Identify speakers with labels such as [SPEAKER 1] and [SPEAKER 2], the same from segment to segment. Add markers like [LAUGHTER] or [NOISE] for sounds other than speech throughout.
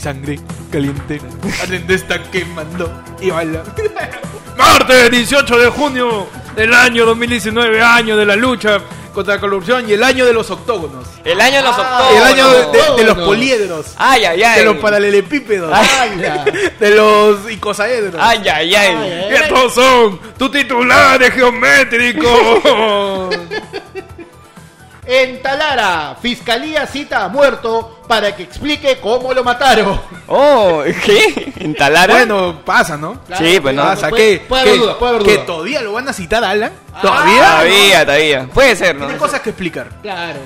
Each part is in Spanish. [SPEAKER 1] sangre caliente. Arende está quemando y baila. Martes 18 de junio del año 2019, año de la lucha contra la corrupción y el año de los octógonos.
[SPEAKER 2] El año de los
[SPEAKER 1] el
[SPEAKER 2] octógonos.
[SPEAKER 1] año de, de- de los poliedros.
[SPEAKER 2] Ay, ay, ay.
[SPEAKER 1] De los paralelepípedos. [LAUGHS] De los icosaedros.
[SPEAKER 2] Ay, ay, ay.
[SPEAKER 1] Y estos son tus titulares geométricos.
[SPEAKER 3] En Talara, fiscalía cita a muerto para que explique cómo lo mataron.
[SPEAKER 2] Oh, [LAUGHS] ¿qué? ¿En Talara?
[SPEAKER 1] bueno, pasa, ¿no?
[SPEAKER 2] sí, pues no.
[SPEAKER 3] Ah,
[SPEAKER 1] pasa.
[SPEAKER 3] puede-
[SPEAKER 1] que,
[SPEAKER 3] puede haber
[SPEAKER 1] que-
[SPEAKER 3] duda, puede haber
[SPEAKER 1] que
[SPEAKER 3] duda.
[SPEAKER 1] todavía lo van a citar a Alan. Ah, ¿Todavía?
[SPEAKER 2] Pues, Todavía, todavía. Puede ser, ¿no?
[SPEAKER 1] Tiene cosas que explicar.
[SPEAKER 3] Claro.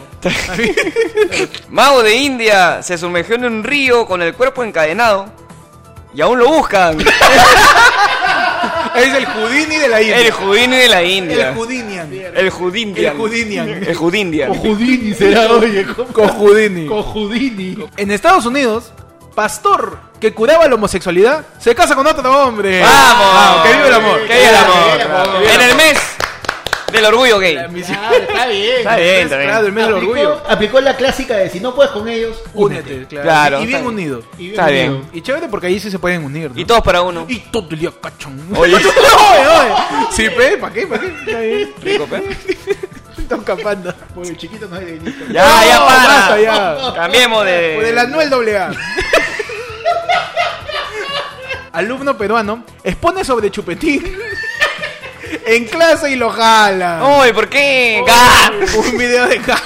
[SPEAKER 2] Mago de India se sumergió en un río con el cuerpo encadenado y aún
[SPEAKER 1] [LAUGHS]
[SPEAKER 2] lo buscan.
[SPEAKER 1] Es el Houdini de la India.
[SPEAKER 2] el Houdini de la India.
[SPEAKER 1] El Houdinian.
[SPEAKER 2] El Judindian.
[SPEAKER 1] El Houdinian.
[SPEAKER 2] El Judindian.
[SPEAKER 3] Cojudini será, oye.
[SPEAKER 1] Con Houdini.
[SPEAKER 3] Cojudini.
[SPEAKER 1] En Estados Unidos, pastor que curaba la homosexualidad se casa con otro hombre.
[SPEAKER 2] ¡Vamos!
[SPEAKER 1] ¡Que vive Ah, el amor!
[SPEAKER 2] ¡Que vive el
[SPEAKER 3] Que viva el
[SPEAKER 2] amor!
[SPEAKER 3] amor.
[SPEAKER 2] En el mes del orgullo gay.
[SPEAKER 1] La misión
[SPEAKER 3] Claro, está bien.
[SPEAKER 2] Está bien, está
[SPEAKER 1] claro, el
[SPEAKER 2] bien.
[SPEAKER 1] mes del
[SPEAKER 3] Aplicó-
[SPEAKER 1] orgullo.
[SPEAKER 3] Aplicó la clásica de si no puedes con ellos,
[SPEAKER 1] Únete, claro.
[SPEAKER 2] Claro,
[SPEAKER 1] y bien
[SPEAKER 2] está bien.
[SPEAKER 1] unido.
[SPEAKER 3] Y
[SPEAKER 2] Está bien.
[SPEAKER 3] unido.
[SPEAKER 1] Y chévere porque ahí sí se pueden unir. ¿no?
[SPEAKER 2] Y todos para uno.
[SPEAKER 1] Y todo el día cachón. [LAUGHS]
[SPEAKER 2] Oye.
[SPEAKER 1] oye, oye. Sí, pe, ¿para qué? ¿Para qué? Está bien.
[SPEAKER 2] Rico, pe.
[SPEAKER 1] Tonka Panda.
[SPEAKER 3] Por el chiquito no hay delito.
[SPEAKER 2] Ya,
[SPEAKER 1] No,
[SPEAKER 2] ya
[SPEAKER 1] basta,
[SPEAKER 2] para.
[SPEAKER 1] ya.
[SPEAKER 2] Cambiemos de.
[SPEAKER 1] Por el Anuel AA. [LAUGHS] Alumno peruano expone sobre chupetín [LAUGHS] en clase y lo jala.
[SPEAKER 2] Uy, ¿por qué? ¡Ga!
[SPEAKER 1] Un video de ja.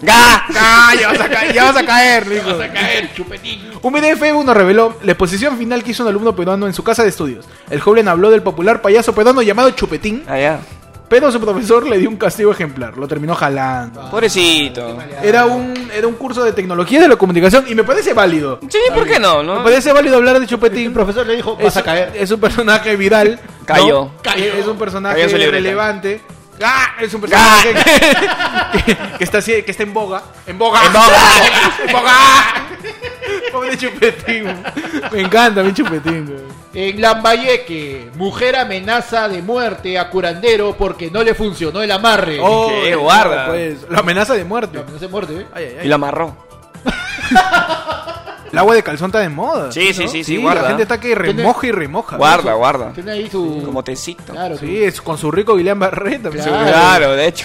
[SPEAKER 2] ¡Ga!
[SPEAKER 1] Ah, ya vas a caer, ya vas a caer, hijo. Un video de Facebook nos reveló la exposición final que hizo un alumno peruano en su casa de estudios. El joven habló del popular payaso peruano llamado Chupetín,
[SPEAKER 2] Allá.
[SPEAKER 1] pero su profesor le dio un castigo ejemplar. Lo terminó jalando.
[SPEAKER 2] Pobrecito.
[SPEAKER 1] Era un, era un curso de tecnología de la comunicación y me parece válido.
[SPEAKER 2] Sí, ¿por qué no? no?
[SPEAKER 1] Me parece válido hablar de
[SPEAKER 3] El
[SPEAKER 1] Chupetín.
[SPEAKER 3] profesor le dijo, vas
[SPEAKER 1] Es,
[SPEAKER 3] a caer.
[SPEAKER 1] es un personaje viral. ¿no?
[SPEAKER 2] Cayó.
[SPEAKER 3] Cayó.
[SPEAKER 1] Es un
[SPEAKER 2] Cayó
[SPEAKER 1] personaje
[SPEAKER 2] en su libreta.
[SPEAKER 1] relevante. ¡Ah! Es un personaje que, que- que está, así- que está en boga. ¡En boga!
[SPEAKER 2] Ah. En boga.
[SPEAKER 1] ¡En boga! Pobre Chupetín. Me encanta mi Chupetín. güey.
[SPEAKER 3] En Lambayeque, mujer amenaza de muerte a curandero porque no le funcionó el amarre.
[SPEAKER 2] qué
[SPEAKER 1] no,
[SPEAKER 2] guarda.
[SPEAKER 1] pues, la amenaza de muerte.
[SPEAKER 3] La amenaza de muerte, ¿eh?
[SPEAKER 1] Ay, ay,
[SPEAKER 2] Y
[SPEAKER 1] ay.
[SPEAKER 2] lo amarró.
[SPEAKER 1] El agua de calzón está de moda.
[SPEAKER 2] Sí, sí,
[SPEAKER 1] ¿no?
[SPEAKER 2] sí, sí, guarda.
[SPEAKER 1] La gente está que remoja y remoja.
[SPEAKER 2] Guarda, guarda.
[SPEAKER 3] Tiene ahí su...
[SPEAKER 2] Como tecito.
[SPEAKER 3] Claro,
[SPEAKER 1] Sí, es con su rico Guillain Barré también.
[SPEAKER 3] Claro.
[SPEAKER 2] Claro, de hecho.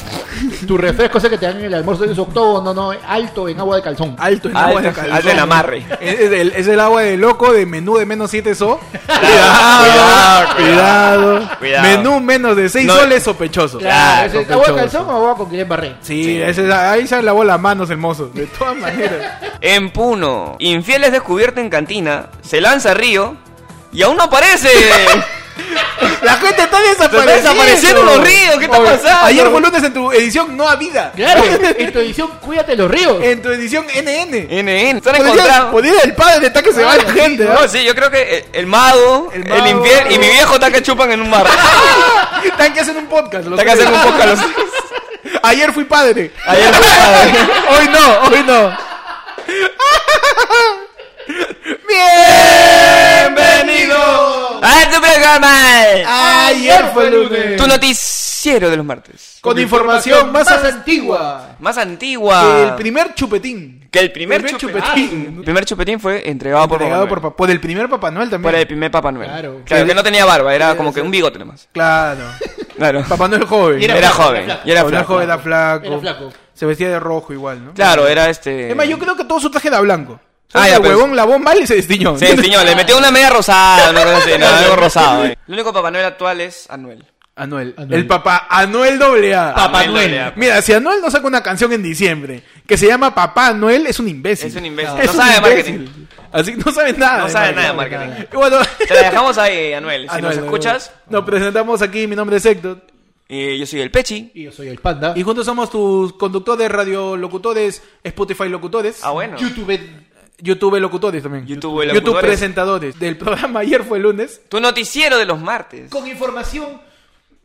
[SPEAKER 3] tu, tu refresco ese que te dan en el almuerzo de su octavo, no, no, alto en agua de calzón.
[SPEAKER 1] Alto en agua de
[SPEAKER 2] Alto
[SPEAKER 1] calzón.
[SPEAKER 2] alto en amarre.
[SPEAKER 1] Es es el, es el agua de loco de menú de menos 7 so.
[SPEAKER 2] Cuidado,
[SPEAKER 1] Cuidado, cuidado,
[SPEAKER 2] Cuidado.
[SPEAKER 1] Menú menos de 6
[SPEAKER 2] No.
[SPEAKER 1] soles sospechoso.
[SPEAKER 2] Claro,
[SPEAKER 3] ese- ¿Agua de
[SPEAKER 1] sospechoso.
[SPEAKER 3] calzón o agua con Guillermo Barré?
[SPEAKER 1] Sí, ese- ahí se lavó las manos el mozo. De todas maneras.
[SPEAKER 2] En Puno, infieles descubierto en cantina, se lanza a río y aún
[SPEAKER 1] [LAUGHS]
[SPEAKER 2] no aparece.
[SPEAKER 1] [LAUGHS] La gente está desapareciendo.
[SPEAKER 2] Está desapareciendo los ríos, ¿qué está
[SPEAKER 1] Oye,
[SPEAKER 2] pasando?
[SPEAKER 1] Ayer fue lunes en tu edición No Habida.
[SPEAKER 3] [LAUGHS] Claro, en tu edición, cuídate los ríos.
[SPEAKER 1] En tu edición NN.
[SPEAKER 2] NN, se han
[SPEAKER 1] Podría,
[SPEAKER 2] encontrado.
[SPEAKER 1] podría el padre está que se va la
[SPEAKER 3] Claro,
[SPEAKER 1] gente.
[SPEAKER 2] No, sí, yo creo que eh, el- el mago, el,
[SPEAKER 1] El mago.
[SPEAKER 2] infiel y mi viejo está que chupan en un mar.
[SPEAKER 1] ¿no? Están que hacen un podcast. los
[SPEAKER 2] Está que
[SPEAKER 1] tres.
[SPEAKER 2] hacen un poco a los.
[SPEAKER 1] Ayer fui padre.
[SPEAKER 2] Ayer fue padre.
[SPEAKER 1] [LAUGHS] Hoy no, hoy no. Bienvenido.
[SPEAKER 2] ¡A ¡Ah, tu programa!
[SPEAKER 1] Ayer fue lunes.
[SPEAKER 2] Tu noticiero de los martes.
[SPEAKER 1] Con información más antigua.
[SPEAKER 2] Más
[SPEAKER 1] Que el
[SPEAKER 2] antigua.
[SPEAKER 1] primer chupetín.
[SPEAKER 2] Que el primer,
[SPEAKER 1] primer
[SPEAKER 2] chupetín.
[SPEAKER 1] chupetín.
[SPEAKER 2] El primer chupetín fue entregado, por
[SPEAKER 1] Entregado
[SPEAKER 2] Papá
[SPEAKER 1] por,
[SPEAKER 2] Noel.
[SPEAKER 1] pa- por el primer Papá Noel también.
[SPEAKER 2] Por el primer Papá Noel.
[SPEAKER 3] Claro.
[SPEAKER 2] que no tenía barba, era como que un bigote nomás. [LAUGHS]
[SPEAKER 1] Claro.
[SPEAKER 2] Claro.
[SPEAKER 1] Papá Noel joven.
[SPEAKER 3] Y
[SPEAKER 2] Era,
[SPEAKER 3] Era flaco,
[SPEAKER 2] joven.
[SPEAKER 3] era flaco.
[SPEAKER 2] Y era
[SPEAKER 1] Papá Noel
[SPEAKER 2] flaco.
[SPEAKER 1] joven, era flaco.
[SPEAKER 3] Era flaco.
[SPEAKER 1] Se vestía de rojo igual, ¿no?
[SPEAKER 2] Claro, era este.
[SPEAKER 1] Es más, yo creo que todo su traje era blanco.
[SPEAKER 2] Ah, ya,
[SPEAKER 1] el
[SPEAKER 2] pero-
[SPEAKER 1] huevón lavó mal y se destiñó.
[SPEAKER 2] Se enseñó, le metió una media rosada, una cosa así, ¿no? algo rosado. eh. El único Papá Noel actual es Anuel.
[SPEAKER 1] [LAUGHS] Anuel.
[SPEAKER 3] Anuel.
[SPEAKER 1] El papá Anuel doble A.
[SPEAKER 3] Papá Noel.
[SPEAKER 2] doble A.
[SPEAKER 1] Mira, si Anuel no saca una canción en diciembre que se llama Papá Noel, es un imbécil.
[SPEAKER 2] Es un imbécil.
[SPEAKER 1] Es
[SPEAKER 2] No
[SPEAKER 1] un
[SPEAKER 2] sabe de
[SPEAKER 1] imbécil.
[SPEAKER 2] marketing.
[SPEAKER 1] Así que no sabe nada.
[SPEAKER 2] No
[SPEAKER 1] de
[SPEAKER 2] sabe nada de
[SPEAKER 1] marketing.
[SPEAKER 2] marketing.
[SPEAKER 1] Y Bueno,
[SPEAKER 2] Te la dejamos ahí, Anuel. Si
[SPEAKER 1] Anuel,
[SPEAKER 2] nos escuchas,
[SPEAKER 1] Nos presentamos aquí, mi nombre es Héctor.
[SPEAKER 2] eh, yo soy el Pechi.
[SPEAKER 3] Y yo soy el panda.
[SPEAKER 1] Y juntos somos tus conductores, radiolocutores, Spotify locutores,
[SPEAKER 2] Ah, bueno.
[SPEAKER 3] YouTube.
[SPEAKER 1] YouTube locutores también.
[SPEAKER 2] YouTube locutores.
[SPEAKER 1] YouTube presentadores del programa [LAUGHS] Ayer fue lunes.
[SPEAKER 2] Tu noticiero de los martes.
[SPEAKER 3] Con información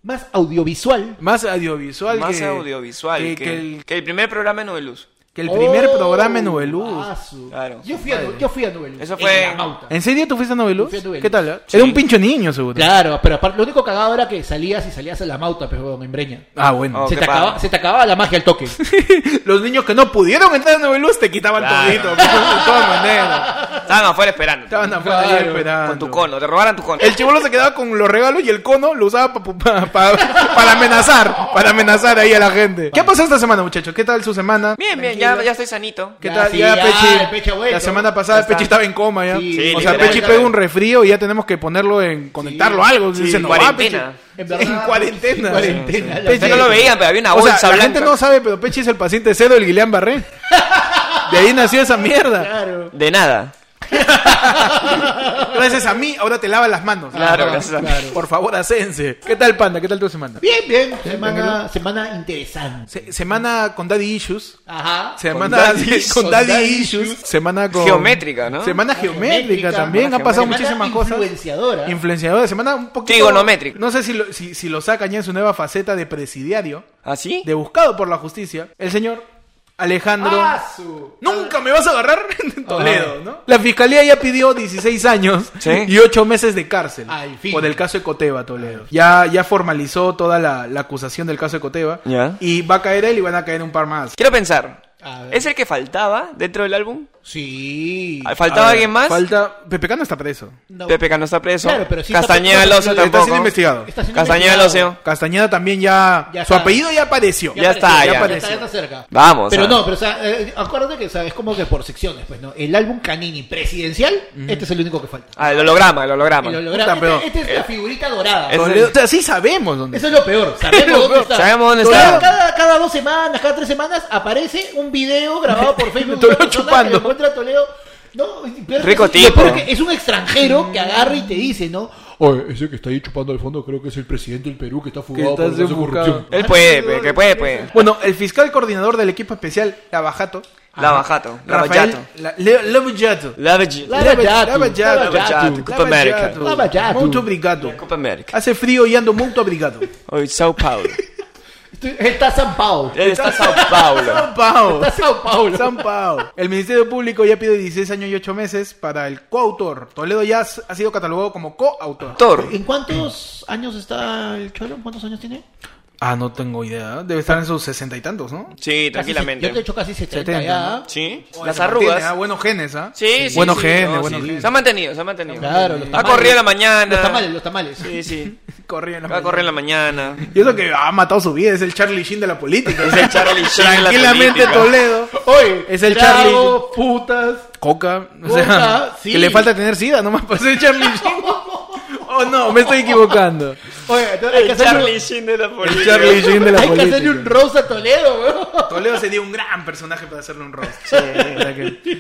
[SPEAKER 3] más audiovisual.
[SPEAKER 1] Más audiovisual
[SPEAKER 2] Más
[SPEAKER 1] que,
[SPEAKER 2] audiovisual
[SPEAKER 1] que,
[SPEAKER 2] que,
[SPEAKER 1] que el,
[SPEAKER 2] que el primer programa en Noveluz.
[SPEAKER 1] que el primer
[SPEAKER 3] Oh,
[SPEAKER 1] programa en Noveluz.
[SPEAKER 3] ah, su-
[SPEAKER 2] Claro.
[SPEAKER 3] Yo fui a, Nu- yo fui a Noveluz.
[SPEAKER 2] Eso fue-
[SPEAKER 3] En la Mauta.
[SPEAKER 1] ¿En serio tú fuiste a Noveluz?
[SPEAKER 3] Fui a Noveluz.
[SPEAKER 1] ¿Qué tal? ah?
[SPEAKER 2] Sí.
[SPEAKER 1] Era un pincho niño, seguro.
[SPEAKER 3] Claro, pero aparte, lo único cagado era que salías y salías a la mauta, pero en Breña.
[SPEAKER 1] Ah, bueno. [LAUGHS]
[SPEAKER 2] Oh,
[SPEAKER 3] se,
[SPEAKER 2] qué
[SPEAKER 3] te acaba,
[SPEAKER 2] paja.
[SPEAKER 3] se te acababa la magia al toque.
[SPEAKER 1] Los niños que no pudieron entrar a Noveluz te quitaban [LAUGHS]
[SPEAKER 2] Claro.
[SPEAKER 1] todito. De todas maneras.
[SPEAKER 2] Estaban afuera esperando.
[SPEAKER 1] Estaban afuera ahí
[SPEAKER 3] Claro,
[SPEAKER 1] esperando.
[SPEAKER 2] Con tu cono, te robaran tu cono.
[SPEAKER 1] El chivolo se quedaba con los regalos y el cono lo usaba pa- pa- pa- para amenazar, para amenazar ahí a la gente. ¿Qué pasó esta semana, muchachos? ¿Qué tal su semana?
[SPEAKER 2] Bien, bien, ya, ya estoy sanito.
[SPEAKER 1] ¿Qué
[SPEAKER 3] Ya,
[SPEAKER 1] tal?
[SPEAKER 3] sí,
[SPEAKER 1] ya,
[SPEAKER 3] ya,
[SPEAKER 1] Pechi.
[SPEAKER 3] el Pechi ha vuelto.
[SPEAKER 1] la semana pasada
[SPEAKER 2] Ya está.
[SPEAKER 1] Pechi estaba en coma ya.
[SPEAKER 3] Sí,
[SPEAKER 1] o sea,
[SPEAKER 2] literal.
[SPEAKER 1] Pechi pega un resfrío y ya tenemos que ponerlo en conectarlo a algo.
[SPEAKER 2] Sí,
[SPEAKER 1] Dice, no,
[SPEAKER 2] cuarentena.
[SPEAKER 1] Pechi. En cuarentena.
[SPEAKER 3] En cuarentena.
[SPEAKER 1] Sí, sí.
[SPEAKER 3] la
[SPEAKER 1] Pechi,
[SPEAKER 2] Ya
[SPEAKER 3] verdad.
[SPEAKER 2] no lo veían, pero había una
[SPEAKER 1] o sea,
[SPEAKER 2] bolsa
[SPEAKER 1] la
[SPEAKER 2] blanca.
[SPEAKER 1] gente no sabe, pero Pechi es el paciente cero del Guillain Barré. De ahí nació esa mierda.
[SPEAKER 3] Claro.
[SPEAKER 2] De nada.
[SPEAKER 1] Gracias a mí, ahora te lava las manos.
[SPEAKER 2] Claro,
[SPEAKER 1] Ajá,
[SPEAKER 2] gracias a mí.
[SPEAKER 1] Por favor, asense. ¿Qué tal, Panda? ¿Qué tal tu semana?
[SPEAKER 3] Bien, bien. Semana, semana interesante.
[SPEAKER 1] Se- semana con Daddy Issues.
[SPEAKER 3] Ajá.
[SPEAKER 1] Semana
[SPEAKER 3] Con Daddy-
[SPEAKER 1] con,
[SPEAKER 3] con
[SPEAKER 1] Daddy,
[SPEAKER 3] Daddy
[SPEAKER 1] Issues. Semana con...
[SPEAKER 2] Geométrica, ¿no?
[SPEAKER 1] Semana geométrica, también.
[SPEAKER 3] Semana
[SPEAKER 1] Ha pasado
[SPEAKER 3] geométrica.
[SPEAKER 1] muchísimas
[SPEAKER 3] Semana
[SPEAKER 1] cosas.
[SPEAKER 3] Influenciadora.
[SPEAKER 1] Influenciadora. Semana un poquito...
[SPEAKER 2] Trigonométrica.
[SPEAKER 1] No sé si lo, si, si lo sacan ya en su nueva faceta de presidiario.
[SPEAKER 2] ¿Ah, sí?
[SPEAKER 1] De buscado por la justicia. El señor Alejandro...
[SPEAKER 3] Ah, su-
[SPEAKER 1] Nunca me vas a agarrar [LAUGHS] en Toledo, ¿no? La fiscalía ya pidió 16 años
[SPEAKER 2] Sí.
[SPEAKER 1] y 8 meses de cárcel
[SPEAKER 3] Al fin.
[SPEAKER 1] por el caso de Coteva, Toledo. Ya, ya formalizó toda la, la acusación del caso de Coteva
[SPEAKER 2] Ya.
[SPEAKER 1] y va a caer él y van a caer un par más.
[SPEAKER 2] Quiero pensar.
[SPEAKER 3] A ver.
[SPEAKER 2] ¿Es el que faltaba dentro del álbum? ¿Ah,
[SPEAKER 3] Sí.
[SPEAKER 2] ¿Faltaba
[SPEAKER 1] A ver,
[SPEAKER 2] alguien más?
[SPEAKER 1] Falta. Pepe Cano está preso.
[SPEAKER 3] No.
[SPEAKER 2] Pepe Cano está preso.
[SPEAKER 3] Claro, pero sí está-
[SPEAKER 2] Castañeda
[SPEAKER 3] no, pero
[SPEAKER 2] Locio
[SPEAKER 1] Está
[SPEAKER 2] tampoco.
[SPEAKER 1] siendo investigado.
[SPEAKER 3] Está siendo
[SPEAKER 2] Castañeda
[SPEAKER 3] investigado.
[SPEAKER 2] Locio.
[SPEAKER 1] Castañeda también ya.
[SPEAKER 3] Ya
[SPEAKER 1] su
[SPEAKER 3] está.
[SPEAKER 1] apellido ya apareció.
[SPEAKER 2] Ya está,
[SPEAKER 3] apareció,
[SPEAKER 2] ya.
[SPEAKER 3] está, está cerca.
[SPEAKER 2] Vamos,
[SPEAKER 3] Pero
[SPEAKER 2] ah.
[SPEAKER 3] no, pero o sea, eh, acuérdate que o sea, es como que por secciones, pues, ¿no? El álbum Canini presidencial, este es el único que falta.
[SPEAKER 2] Ah, el holograma, el holograma.
[SPEAKER 3] El holograma,
[SPEAKER 1] Puta, pero-
[SPEAKER 3] este- esta es la figurita dorada.
[SPEAKER 2] eh, Es-
[SPEAKER 1] Toledo- o sea, sí sabemos dónde.
[SPEAKER 3] Eso es
[SPEAKER 2] [LAUGHS]
[SPEAKER 3] lo peor. Sabemos
[SPEAKER 1] Es lo
[SPEAKER 3] dónde
[SPEAKER 1] peor.
[SPEAKER 3] está.
[SPEAKER 2] Sabemos dónde
[SPEAKER 3] Toledo,
[SPEAKER 2] está.
[SPEAKER 3] Cada, cada dos semanas, cada tres semanas aparece un video grabado
[SPEAKER 2] [LAUGHS]
[SPEAKER 3] por Facebook. de una
[SPEAKER 1] Toledo
[SPEAKER 3] persona
[SPEAKER 1] chupando.
[SPEAKER 3] que lo encuentra a Toledo. No, y peor que
[SPEAKER 2] Rico
[SPEAKER 3] eso, lo
[SPEAKER 2] tipo.
[SPEAKER 3] peor que es un extranjero que agarra y te dice, ¿no?
[SPEAKER 4] Oye, ese que está ahí chupando al fondo creo que es el presidente del Perú que está fugado por
[SPEAKER 1] está
[SPEAKER 4] el caso de
[SPEAKER 1] desbocado.
[SPEAKER 4] corrupción.
[SPEAKER 2] Él puede, pe, que puede, puede.
[SPEAKER 1] Bueno, el fiscal coordinador del equipo especial, Lavajato.
[SPEAKER 2] Lavajato,
[SPEAKER 1] Rafael.
[SPEAKER 2] Lavajato.
[SPEAKER 1] La- Le- Lavajato.
[SPEAKER 2] [LAUGHS] La
[SPEAKER 3] Lava Jato,
[SPEAKER 1] Lava Jato,
[SPEAKER 3] Lava Jato,
[SPEAKER 1] Lava
[SPEAKER 2] Copa América.
[SPEAKER 3] Lava Jato.
[SPEAKER 1] Muito obrigado.
[SPEAKER 2] Copa América.
[SPEAKER 1] Hace frío y ando muito
[SPEAKER 2] [LAUGHS]
[SPEAKER 1] obrigado.
[SPEAKER 2] Hoy Sao Paulo.
[SPEAKER 3] Estoy- Está
[SPEAKER 2] [LAUGHS]
[SPEAKER 3] San Paulo.
[SPEAKER 2] Él está Sao Paulo.
[SPEAKER 1] São Paulo.
[SPEAKER 3] Está Sao Paulo.
[SPEAKER 1] São Paulo. El Ministerio Público ya pide 16 años y 8 meses para el coautor. Toledo ya s- ha sido catalogado como coautor.
[SPEAKER 2] Thor.
[SPEAKER 3] ¿En cuántos años está el Cholo? ¿Cuántos años tiene?
[SPEAKER 1] Ah, no tengo idea. Debe estar en sus sesenta y tantos, ¿no?
[SPEAKER 2] Sí,
[SPEAKER 3] Casi se- Yo te he
[SPEAKER 2] tranquilamente.
[SPEAKER 3] hecho casi 70,
[SPEAKER 1] 70,
[SPEAKER 3] ya.
[SPEAKER 2] Sí.
[SPEAKER 1] Oye,
[SPEAKER 2] Las
[SPEAKER 1] se mantiene,
[SPEAKER 2] arrugas.
[SPEAKER 1] ah, buenos genes, ¿ah?
[SPEAKER 2] Sí, sí.
[SPEAKER 1] Buenos
[SPEAKER 2] sí,
[SPEAKER 1] genes,
[SPEAKER 2] no,
[SPEAKER 1] buenos
[SPEAKER 2] sí.
[SPEAKER 1] genes.
[SPEAKER 2] Se ha mantenido, se ha mantenido.
[SPEAKER 3] Claro, los
[SPEAKER 2] Ha
[SPEAKER 3] tamales.
[SPEAKER 2] corrido en la mañana.
[SPEAKER 3] Los tamales, los tamales.
[SPEAKER 1] [LAUGHS]
[SPEAKER 2] Sí, sí.
[SPEAKER 1] Corría en la
[SPEAKER 2] Va a correr en la mañana.
[SPEAKER 1] Y eso que ha matado su vida, es el Charlie Sheen de la política.
[SPEAKER 2] Es el Charlie Sheen de la
[SPEAKER 1] Tranquilamente
[SPEAKER 2] política.
[SPEAKER 1] Toledo.
[SPEAKER 3] [LAUGHS] Oye,
[SPEAKER 1] Es el
[SPEAKER 3] tragos,
[SPEAKER 1] Charlie.
[SPEAKER 3] putas.
[SPEAKER 1] Coca, o
[SPEAKER 3] Coca,
[SPEAKER 1] sea, [LAUGHS]
[SPEAKER 3] sí.
[SPEAKER 1] que le falta tener sida nomás para ser Charlie
[SPEAKER 3] [LAUGHS]
[SPEAKER 1] Sheen. Oh no, me estoy equivocando.
[SPEAKER 3] Oye, entonces hay que hacer un-
[SPEAKER 2] Charlie Sheen de la
[SPEAKER 1] El
[SPEAKER 2] política.
[SPEAKER 1] Charlie Sheen de la
[SPEAKER 3] Hay que
[SPEAKER 1] política.
[SPEAKER 3] hacerle un roast a Toledo, weón.
[SPEAKER 1] Toledo sería un gran personaje para hacerle un rostro.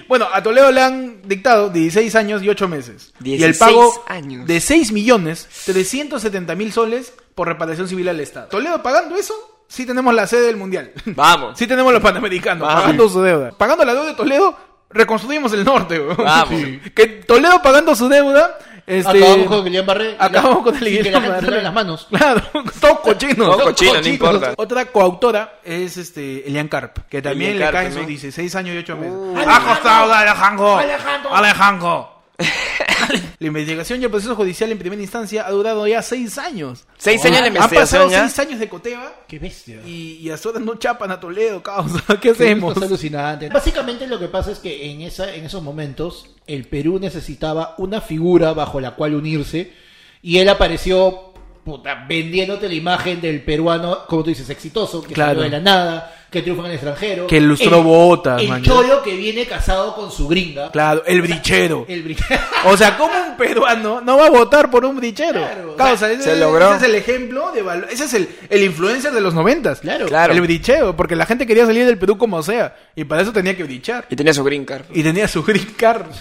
[SPEAKER 1] Bueno, a Toledo le han dictado 16 años y 8 meses. Y el
[SPEAKER 2] 16
[SPEAKER 1] pago
[SPEAKER 2] años.
[SPEAKER 1] de 6 millones 370 mil soles por reparación civil al Estado. Toledo pagando eso, sí tenemos la sede del Mundial. [LAUGHS]
[SPEAKER 2] Vamos.
[SPEAKER 1] Sí tenemos los Panamericanos
[SPEAKER 2] Vamos.
[SPEAKER 1] pagando su deuda. Ah, Pagando la deuda de Toledo, reconstruimos el norte. weón.
[SPEAKER 2] Vamos.
[SPEAKER 1] Sí. [LAUGHS] Que Toledo pagando su deuda... Este,
[SPEAKER 3] Acabamos con Guillermo Barré.
[SPEAKER 1] Acabamos con el
[SPEAKER 3] Sin Que la
[SPEAKER 1] Guillermo
[SPEAKER 3] gente se
[SPEAKER 1] Barré.
[SPEAKER 3] lave las manos.
[SPEAKER 1] Claro, [LAUGHS] todo cochino.
[SPEAKER 2] Todo cochino, no importa.
[SPEAKER 1] Otra coautora es este Elian Carp, que también
[SPEAKER 2] Elian
[SPEAKER 1] le
[SPEAKER 2] Carp
[SPEAKER 1] cae
[SPEAKER 2] también.
[SPEAKER 1] sus
[SPEAKER 2] Uh.
[SPEAKER 1] 16 años y 8 meses. ¡Ha
[SPEAKER 3] Alejandro,
[SPEAKER 1] costado Alejandro!
[SPEAKER 3] Alejandro.
[SPEAKER 1] ¡Alejandro!
[SPEAKER 2] [LAUGHS]
[SPEAKER 1] La investigación y el proceso judicial en primera instancia ha durado ya 6 años.
[SPEAKER 2] Seis años de
[SPEAKER 1] Han pasado
[SPEAKER 2] investigación ya.
[SPEAKER 1] 6 años de coteva
[SPEAKER 3] Qué bestia.
[SPEAKER 1] y, y hasta ahora no chapan a Toledo, causa. ¿Qué hacemos?
[SPEAKER 3] Es alucinante. Básicamente lo que pasa es que en, esa, en esos momentos el Perú necesitaba una figura bajo la cual unirse y él apareció puta, vendiéndote la imagen del peruano, como tú dices, exitoso, que
[SPEAKER 1] Claro.
[SPEAKER 3] salió de la nada, que triunfa en el extranjero.
[SPEAKER 1] Que lustró
[SPEAKER 3] El-
[SPEAKER 1] botas,
[SPEAKER 3] El
[SPEAKER 1] man.
[SPEAKER 3] cholo que viene casado con su gringa.
[SPEAKER 1] Claro, el brichero.
[SPEAKER 3] El [LAUGHS] británico.
[SPEAKER 1] O sea, ¿cómo un peruano no va a votar por un brichero?
[SPEAKER 3] Claro.
[SPEAKER 1] Causa, ese,
[SPEAKER 2] Se logró.
[SPEAKER 1] ese es el ejemplo de valor. Ese es el, el influencer de los noventas.
[SPEAKER 3] Claro.
[SPEAKER 2] Claro.
[SPEAKER 1] El bricheo, porque la gente quería salir del Perú como sea. Y para eso tenía que brichar.
[SPEAKER 2] Y tenía su green card.
[SPEAKER 1] Y tenía su green car. [LAUGHS]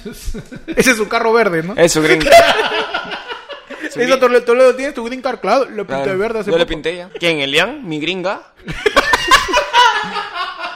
[SPEAKER 1] ese es su carro verde, ¿no?
[SPEAKER 2] Es
[SPEAKER 1] [LAUGHS]
[SPEAKER 2] su green card. Su
[SPEAKER 1] Eso,
[SPEAKER 2] green-
[SPEAKER 1] Toledo, Toledo, ¿tienes tu green car? Claro, lo pinté de
[SPEAKER 2] Claro.
[SPEAKER 1] verde hace
[SPEAKER 2] Yo le
[SPEAKER 1] poco.
[SPEAKER 2] pinté ya. ¿Quién? ¿Elian? ¿Mi [LAUGHS] gringa?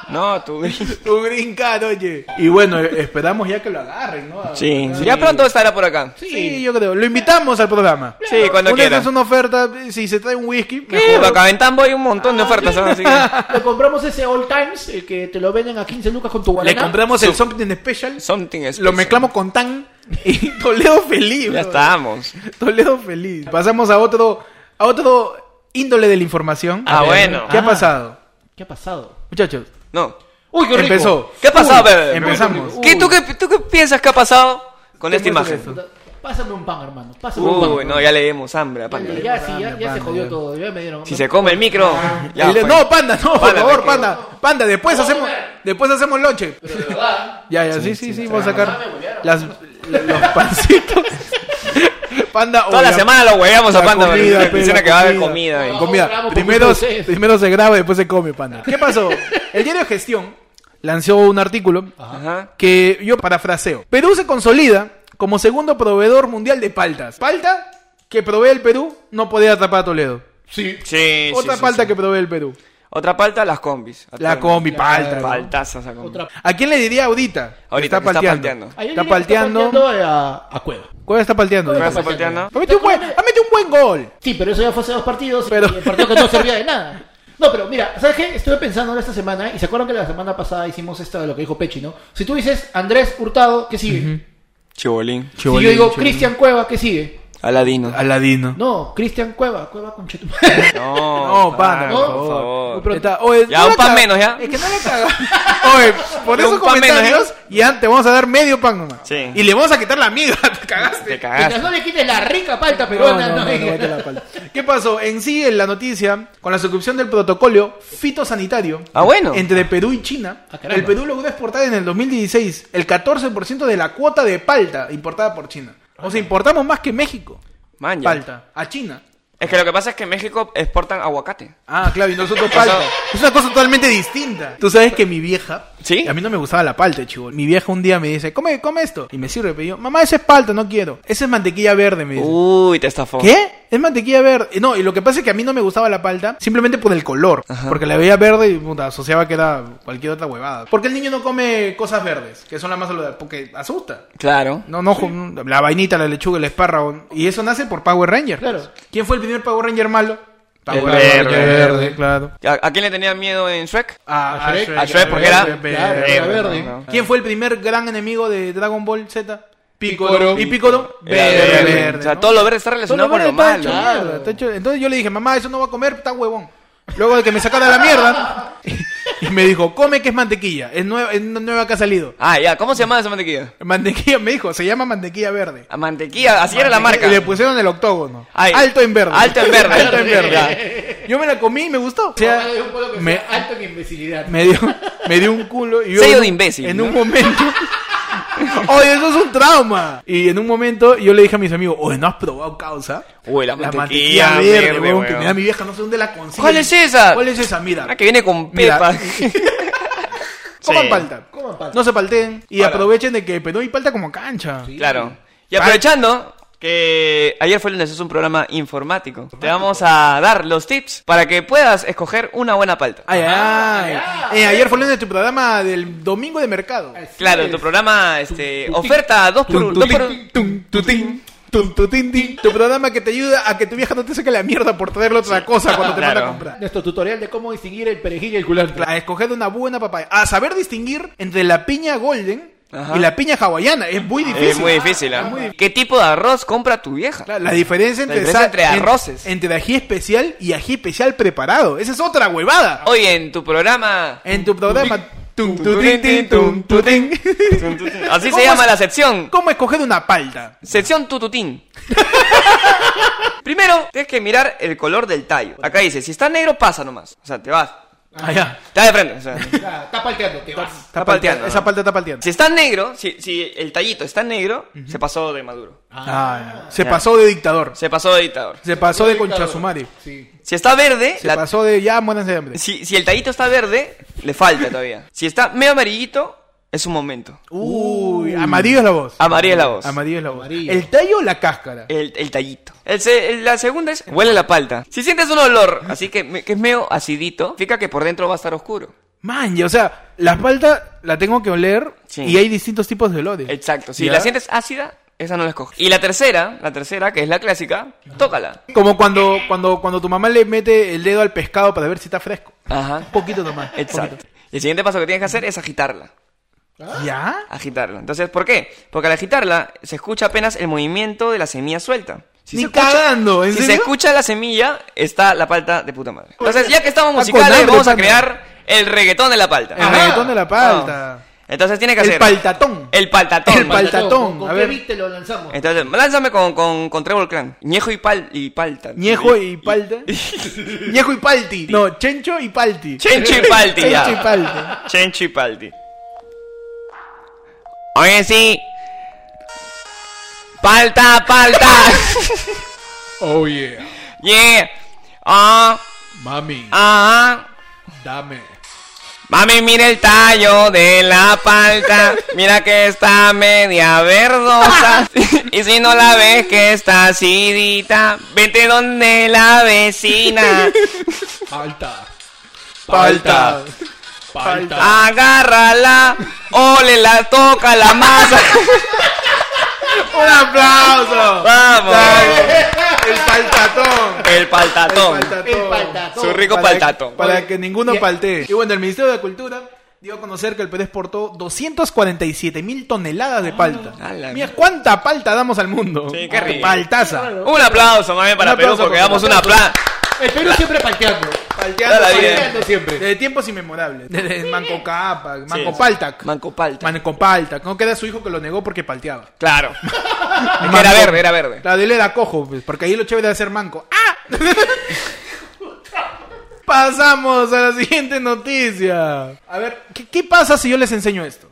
[SPEAKER 2] no, tu gringa.
[SPEAKER 1] Tu green car, oye. Y bueno, eh, esperamos ya que lo agarren, ¿no?
[SPEAKER 2] Sí, ya pronto estará por acá.
[SPEAKER 1] Sí, yo creo. Lo invitamos al programa.
[SPEAKER 2] Sí, cuando
[SPEAKER 1] Una vez
[SPEAKER 2] quiera.
[SPEAKER 1] es una oferta, si se trae un whisky,
[SPEAKER 2] ¿Qué?
[SPEAKER 1] mejor.
[SPEAKER 2] Acá en Tambo hay un montón de ofertas, ¿no? Así
[SPEAKER 3] [LAUGHS]
[SPEAKER 2] que...
[SPEAKER 3] Le compramos ese All Times, el que te lo venden a 15 lucas con tu
[SPEAKER 1] Le
[SPEAKER 3] guaraná.
[SPEAKER 1] compramos el something special.
[SPEAKER 2] Something special.
[SPEAKER 1] Lo mezclamos con tan y [LAUGHS] Toledo feliz.
[SPEAKER 2] Ya
[SPEAKER 1] bro.
[SPEAKER 2] estamos.
[SPEAKER 1] Toledo feliz. Pasamos a otro, a otro índole de la información.
[SPEAKER 2] Ah, bueno.
[SPEAKER 1] ¿Qué
[SPEAKER 3] Ah.
[SPEAKER 1] ha pasado?
[SPEAKER 3] ¿Qué ha pasado?
[SPEAKER 1] Muchachos,
[SPEAKER 2] No.
[SPEAKER 3] Uy, qué rico.
[SPEAKER 1] empezó.
[SPEAKER 2] ¿Qué ha pasado,
[SPEAKER 1] Uy,
[SPEAKER 2] bebé?
[SPEAKER 1] Empezamos.
[SPEAKER 2] ¿Qué, tú, qué, ¿Tú qué piensas que ha pasado? con esta imagen.
[SPEAKER 1] esto.
[SPEAKER 3] Pásame un pan, hermano. Pásame un pan.
[SPEAKER 2] Uy, no, ya le dimos hambre a Panda.
[SPEAKER 3] Ya, ya, sí, ya, ya
[SPEAKER 1] Panda,
[SPEAKER 3] se jodió
[SPEAKER 1] ya.
[SPEAKER 3] todo. Ya me dieron.
[SPEAKER 2] Si se come el micro, ya
[SPEAKER 1] El de-
[SPEAKER 2] fue.
[SPEAKER 1] no, panda, no, por
[SPEAKER 2] Panda,
[SPEAKER 1] favor,
[SPEAKER 2] tranquilo.
[SPEAKER 1] panda. Panda, después hacemos después hacemos lonche.
[SPEAKER 3] Pero de verdad.
[SPEAKER 1] Ya, ya, sí, sí, sí, vamos a
[SPEAKER 3] Ah,
[SPEAKER 1] sacar
[SPEAKER 3] me huevearon.
[SPEAKER 1] las, los
[SPEAKER 2] [LAUGHS]
[SPEAKER 1] pancitos. Panda,
[SPEAKER 2] Toda la
[SPEAKER 1] obvia-
[SPEAKER 2] semana lo huevamos a
[SPEAKER 1] la
[SPEAKER 2] Panda.
[SPEAKER 1] comida,
[SPEAKER 2] pero
[SPEAKER 1] pe,
[SPEAKER 2] Menciona
[SPEAKER 1] la
[SPEAKER 2] que va a haber
[SPEAKER 1] comida.
[SPEAKER 2] comida.
[SPEAKER 3] No.
[SPEAKER 2] y-
[SPEAKER 3] Oh, bravo,
[SPEAKER 1] Comida.
[SPEAKER 3] por
[SPEAKER 1] Primero,
[SPEAKER 3] ustedes.
[SPEAKER 1] primero se graba, después se come, panda. ¿Qué pasó? El diario Gestión lanzó un artículo
[SPEAKER 2] Ajá.
[SPEAKER 1] que yo parafraseo. Perú se consolida como segundo proveedor mundial de paltas. Palta que provee el Perú no podía atrapar a Toledo.
[SPEAKER 3] Sí.
[SPEAKER 2] Sí,
[SPEAKER 1] Otra
[SPEAKER 2] sí, sí,
[SPEAKER 1] palta
[SPEAKER 2] sí.
[SPEAKER 1] que provee el Perú.
[SPEAKER 2] Otra palta, las combis.
[SPEAKER 1] La combi, palta. ¿no?
[SPEAKER 2] Paltaza esa combi.
[SPEAKER 3] Otra.
[SPEAKER 1] ¿A quién le diría ahorita?
[SPEAKER 2] Ahorita, que está palteando.
[SPEAKER 3] Ayer
[SPEAKER 1] Está
[SPEAKER 3] vi que
[SPEAKER 1] palteando.
[SPEAKER 3] a, a Cueva.
[SPEAKER 1] ¿Cuál está palteando?
[SPEAKER 2] ¿Cuál
[SPEAKER 1] Ha
[SPEAKER 2] está palteando?
[SPEAKER 1] metido un buen, ha metido un buen gol.
[SPEAKER 3] Sí, pero eso ya fue hace dos partidos.
[SPEAKER 1] Pero-
[SPEAKER 3] Y el partido que no servía de nada. No, pero mira, ¿sabes qué? Estuve pensando ahora esta semana. Y se acuerdan que la semana pasada hicimos esto de lo que dijo Pechi, ¿no? Si tú dices Andrés Hurtado, ¿qué sigue?
[SPEAKER 2] Chibolín.
[SPEAKER 3] Si yo digo Cristian Cueva, ¿qué sigue?
[SPEAKER 2] Aladino.
[SPEAKER 1] Aladino.
[SPEAKER 3] No, Cristian Cueva, Cueva con Chetum.
[SPEAKER 2] No,
[SPEAKER 1] No, panda,
[SPEAKER 2] panda,
[SPEAKER 1] por
[SPEAKER 2] por favor.
[SPEAKER 3] Pero-
[SPEAKER 1] Está- oye,
[SPEAKER 2] Ya,
[SPEAKER 1] no
[SPEAKER 2] un
[SPEAKER 1] la
[SPEAKER 2] pan
[SPEAKER 1] caga-
[SPEAKER 2] menos, ya.
[SPEAKER 1] Es que no
[SPEAKER 2] [LAUGHS]
[SPEAKER 1] le cagas. Oye, por
[SPEAKER 2] Ya, un
[SPEAKER 1] esos
[SPEAKER 2] pan menos,
[SPEAKER 1] comentarios, y antes vamos a dar medio pan nomás.
[SPEAKER 2] Sí.
[SPEAKER 1] Y le vamos a quitar la miga. [LAUGHS] Te cagaste.
[SPEAKER 2] Te
[SPEAKER 3] Mientras
[SPEAKER 2] cagaste.
[SPEAKER 3] no le quites la rica palta
[SPEAKER 1] No,
[SPEAKER 3] peruana,
[SPEAKER 1] no, no,
[SPEAKER 3] no,
[SPEAKER 1] no, vete a la pala. ¿Qué pasó? En sí, en la noticia, con la suscripción del protocolo fitosanitario
[SPEAKER 2] Ah, bueno.
[SPEAKER 1] entre Perú y China,
[SPEAKER 3] Ah, caramba.
[SPEAKER 1] el Perú logró exportar en el 2016 el 14% de la cuota de palta importada por China. O sea, importamos más que México.
[SPEAKER 2] Man, Ah, ya.
[SPEAKER 1] Palta. A China.
[SPEAKER 2] Es que lo que pasa es que en México exportan aguacate.
[SPEAKER 1] Ah, claro, y nosotros palta. Es una cosa totalmente distinta. Tú sabes que mi vieja.
[SPEAKER 2] ¿Sí?
[SPEAKER 1] A mí no me gustaba la palta, chivo. Mi vieja un día me dice, come, come esto. Y me sirve, pero yo, mamá, esa es palta, no quiero. Esa es mantequilla verde, me dice.
[SPEAKER 2] Uy, te estafó.
[SPEAKER 1] ¿Qué? Es mantequilla verde. No, y lo que pasa es que a mí no me gustaba la palta simplemente por el color. Porque la veía verde y puta, asociaba que era cualquier otra huevada. Porque el niño no come cosas verdes, que son las más saludables, porque asusta.
[SPEAKER 2] Claro.
[SPEAKER 1] No, no, jo- la vainita, la lechuga, el espárrago. Y eso nace por Power Ranger.
[SPEAKER 3] Claro.
[SPEAKER 1] ¿Quién fue el primer Power Ranger malo? Power
[SPEAKER 2] verde.
[SPEAKER 1] claro.
[SPEAKER 2] ¿A, a quién le tenía miedo en Shrek?
[SPEAKER 1] A,
[SPEAKER 3] A Shrek.
[SPEAKER 2] A Shrek, porque era
[SPEAKER 3] Claro,
[SPEAKER 1] verde.
[SPEAKER 3] era verde.
[SPEAKER 2] No, no.
[SPEAKER 1] ¿Quién fue el primer gran enemigo de Dragon Ball Z? Piccolo.
[SPEAKER 3] Piccolo.
[SPEAKER 1] ¿Y Piccolo?
[SPEAKER 2] Era
[SPEAKER 1] Verde.
[SPEAKER 2] O sea,
[SPEAKER 1] ¿no?
[SPEAKER 2] todo lo verde está
[SPEAKER 1] Todo
[SPEAKER 2] relacionado
[SPEAKER 1] lo
[SPEAKER 2] con
[SPEAKER 1] verde
[SPEAKER 2] lo
[SPEAKER 1] está hecho
[SPEAKER 2] malo.
[SPEAKER 3] malo.
[SPEAKER 1] mierda, está hecho- Entonces yo le dije, mamá, eso no va a comer, está huevón. Luego de que me sacara la mierda. [LAUGHS] Y me dijo, come que es mantequilla. Es nueva, es nueva que ha salido.
[SPEAKER 2] Ah, ya. ¿Cómo se llama esa mantequilla?
[SPEAKER 1] Mantequilla, me dijo, se llama mantequilla verde.
[SPEAKER 2] A mantequilla. Así era la marca.
[SPEAKER 1] Y le pusieron el octógono.
[SPEAKER 2] Ay.
[SPEAKER 1] alto en verde.
[SPEAKER 2] Alto en
[SPEAKER 1] [LAUGHS]
[SPEAKER 2] verde.
[SPEAKER 1] alto en verde.
[SPEAKER 2] Ya.
[SPEAKER 1] Yo me la comí y me gustó. O sea,
[SPEAKER 3] Hay un pueblo que
[SPEAKER 1] me,
[SPEAKER 3] sea alto en imbecilidad.
[SPEAKER 1] me dio, me dio un culo y yo
[SPEAKER 2] Sello
[SPEAKER 1] en-
[SPEAKER 2] de imbécil,
[SPEAKER 1] en
[SPEAKER 2] ¿no?
[SPEAKER 1] un momento [LAUGHS] oye eso es un trauma y en un momento yo le dije a mis amigos oye no has probado causa
[SPEAKER 2] Uy, la mantequilla verde,
[SPEAKER 1] huevón, que
[SPEAKER 2] huevón.
[SPEAKER 1] me da mi vieja no sé dónde la consigue
[SPEAKER 2] ¿Cuál es esa?
[SPEAKER 1] cuál es esa mira
[SPEAKER 2] Una que viene con
[SPEAKER 1] Mira.
[SPEAKER 2] pepa. [LAUGHS]
[SPEAKER 1] coman
[SPEAKER 2] Sí.
[SPEAKER 1] palta
[SPEAKER 3] Coman palta.
[SPEAKER 1] no se palteen y
[SPEAKER 2] Ahora.
[SPEAKER 1] aprovechen de que Perú y palta como cancha
[SPEAKER 2] Claro. Y aprovechando que ayer fue el lunes, es un programa informático. Te vamos a dar los tips para que puedas escoger una buena palta.
[SPEAKER 1] ay
[SPEAKER 2] Ah,
[SPEAKER 1] ay, Eh, ayer fue el lunes de tu programa del domingo de mercado
[SPEAKER 2] Claro, tu programa, este, oferta dos por
[SPEAKER 1] Tum,
[SPEAKER 2] dos por-
[SPEAKER 1] tutín, tum, tutín, tum, tutín, tin. tu programa que te ayuda a que tu vieja no te saque la mierda por traerle otra cosa cuando
[SPEAKER 2] [LAUGHS]
[SPEAKER 1] te
[SPEAKER 2] Claro.
[SPEAKER 1] van a comprar
[SPEAKER 3] Nuestro tutorial de cómo distinguir el perejil y el culantro.
[SPEAKER 1] a escoger una buena papaya, a saber distinguir entre la piña golden
[SPEAKER 2] Ajá.
[SPEAKER 1] y la piña hawaiana. Es muy difícil.
[SPEAKER 2] Es muy difícil, ¿ah? ¿Qué tipo de arroz compra tu vieja?
[SPEAKER 1] La, la diferencia entre,
[SPEAKER 2] diferencia
[SPEAKER 1] sa-
[SPEAKER 2] entre
[SPEAKER 1] en-
[SPEAKER 2] arroces.
[SPEAKER 1] entre ají especial y ají especial preparado. Esa es otra huevada.
[SPEAKER 2] Hoy en tu programa.
[SPEAKER 1] En tu programa. tum,
[SPEAKER 2] tum,
[SPEAKER 1] tutín, tin,
[SPEAKER 2] tin,
[SPEAKER 1] tum, tutín.
[SPEAKER 2] Así
[SPEAKER 1] ¿Cómo
[SPEAKER 2] se llama
[SPEAKER 1] es?
[SPEAKER 2] la [LAUGHS] sección.
[SPEAKER 1] ¿Cómo escoger una palta?
[SPEAKER 2] Sección tututín.
[SPEAKER 1] [LAUGHS]
[SPEAKER 2] Primero, tienes que mirar el color del tallo. Acá dice, si está negro, pasa nomás. O sea, te vas.
[SPEAKER 1] Allá.
[SPEAKER 2] Te vas de frente. o sea.
[SPEAKER 1] [LAUGHS]
[SPEAKER 3] Ah, Está palteando, te vas.
[SPEAKER 2] Está palteando,
[SPEAKER 1] Esa
[SPEAKER 2] ¿no?
[SPEAKER 1] palta está palteando.
[SPEAKER 2] Si está negro, si, si el tallito está negro, se pasó de Maduro.
[SPEAKER 1] Ah, ya. se pasó de dictador.
[SPEAKER 2] Se pasó de dictador.
[SPEAKER 1] Se pasó de conchasumari.
[SPEAKER 3] Sí.
[SPEAKER 2] Si está verde,
[SPEAKER 1] Se
[SPEAKER 2] la-
[SPEAKER 1] pasó de ya muéranse de hambre.
[SPEAKER 2] si, si el tallito está verde, le falta todavía. Si está medio amarillito, es un momento.
[SPEAKER 1] Uy, amarillo es la voz.
[SPEAKER 2] Amarilla la voz.
[SPEAKER 1] Amarillo es la voz.
[SPEAKER 3] Amarillo.
[SPEAKER 1] ¿El tallo o la cáscara?
[SPEAKER 2] El, el tallito. El se- el- la segunda es, huele la palta. Si sientes un olor, así que, me- que es medio acidito, significa que por dentro va a estar oscuro.
[SPEAKER 1] Man, ya, o sea, la palta la tengo que oler
[SPEAKER 2] Sí.
[SPEAKER 1] y hay distintos tipos de olores.
[SPEAKER 2] Exacto. Si
[SPEAKER 1] ¿Ya?
[SPEAKER 2] la sientes ácida, esa no la escoges. Y la tercera, la tercera, que es la clásica, tócala.
[SPEAKER 1] Como cuando, cuando, cuando tu mamá le mete el dedo al pescado para ver si está fresco.
[SPEAKER 2] Ajá.
[SPEAKER 1] Un poquito nomás.
[SPEAKER 2] Ah. Exacto. Y el siguiente paso que tienes que hacer es agitarla.
[SPEAKER 4] Ah.
[SPEAKER 1] poquito. ¿Ya?
[SPEAKER 2] Agitarla. Entonces, ¿por qué? Porque al agitarla se escucha apenas el movimiento de la semilla suelta.
[SPEAKER 1] Ni cagando, ¿en
[SPEAKER 2] si
[SPEAKER 1] serio?
[SPEAKER 2] se escucha la semilla, está la palta de puta madre. Entonces, ya que estamos
[SPEAKER 1] Está con
[SPEAKER 2] musicales,
[SPEAKER 1] hambre,
[SPEAKER 2] vamos a
[SPEAKER 1] pana.
[SPEAKER 2] crear el reggaetón de la palta.
[SPEAKER 1] El reggaetón de la palta.
[SPEAKER 2] Vamos. Entonces tiene que
[SPEAKER 1] El
[SPEAKER 2] hacer. Eh.
[SPEAKER 1] paltatón.
[SPEAKER 2] el paltatón.
[SPEAKER 1] El
[SPEAKER 2] man.
[SPEAKER 1] Paltatón,
[SPEAKER 3] ¿Con
[SPEAKER 1] a
[SPEAKER 3] qué
[SPEAKER 1] ver.
[SPEAKER 3] beat te lo lanzamos?
[SPEAKER 2] Entonces, lánzame con, con, con Trevor Clan. Ñejo y, pal, y palta.
[SPEAKER 1] Ñejo y
[SPEAKER 2] [LAUGHS]
[SPEAKER 1] palta. Ñejo y palti. No, chencho y palti.
[SPEAKER 2] Chencho y palti, ya.
[SPEAKER 1] Chencho y palti.
[SPEAKER 2] Chencho y palti. Oye, sí. Palta, palta. [LAUGHS]
[SPEAKER 4] Oh yeah.
[SPEAKER 2] yeah. Ah,
[SPEAKER 4] Mami,
[SPEAKER 2] ah.
[SPEAKER 4] dame.
[SPEAKER 2] Mami, mira el tallo de la palta. Mira que está media verdosa. Y si no la ves que está acidita, vete donde la vecina.
[SPEAKER 4] Palta.
[SPEAKER 1] Palta.
[SPEAKER 4] Palta.
[SPEAKER 2] Agárrala, o le la toca la masa.
[SPEAKER 1] ¡Un aplauso!
[SPEAKER 2] Vamos.
[SPEAKER 1] El paltatón.
[SPEAKER 2] El paltatón.
[SPEAKER 3] El paltatón.
[SPEAKER 2] Su rico
[SPEAKER 1] Para que-
[SPEAKER 2] paltatón.
[SPEAKER 1] Para que ninguno
[SPEAKER 3] Ya.
[SPEAKER 1] paltee. Y bueno, el Ministerio de Cultura dio a conocer que el Perú exportó 247 mil toneladas de palta.
[SPEAKER 2] Ah, a la
[SPEAKER 1] Mira, ¿cuánta palta damos al mundo?
[SPEAKER 2] Sí, qué rico.
[SPEAKER 1] Paltaza.
[SPEAKER 3] Claro.
[SPEAKER 2] Un aplauso, mami, para
[SPEAKER 1] Un
[SPEAKER 2] Perú
[SPEAKER 1] aplauso,
[SPEAKER 2] porque
[SPEAKER 1] por
[SPEAKER 2] damos
[SPEAKER 1] favor.
[SPEAKER 2] una plan.
[SPEAKER 3] El Perú siempre palteando.
[SPEAKER 1] Palteando,
[SPEAKER 2] Toda la vida.
[SPEAKER 1] palteando
[SPEAKER 3] siempre.
[SPEAKER 1] Desde tiempos inmemorables. Desde Manco Capa, Manco
[SPEAKER 2] sí.
[SPEAKER 1] Palta.
[SPEAKER 2] Manco palta.
[SPEAKER 1] Manco Palta. ¿Cómo queda su hijo que lo negó porque palteaba?
[SPEAKER 2] Claro. Es que era
[SPEAKER 1] Manco.
[SPEAKER 2] verde, era verde.
[SPEAKER 1] Claro, él era cojo, pues, porque ahí lo chévere de hacer manco. ¡Ah! [LAUGHS] Pasamos a la siguiente noticia. A ver, ¿qué, qué pasa si yo les enseño esto?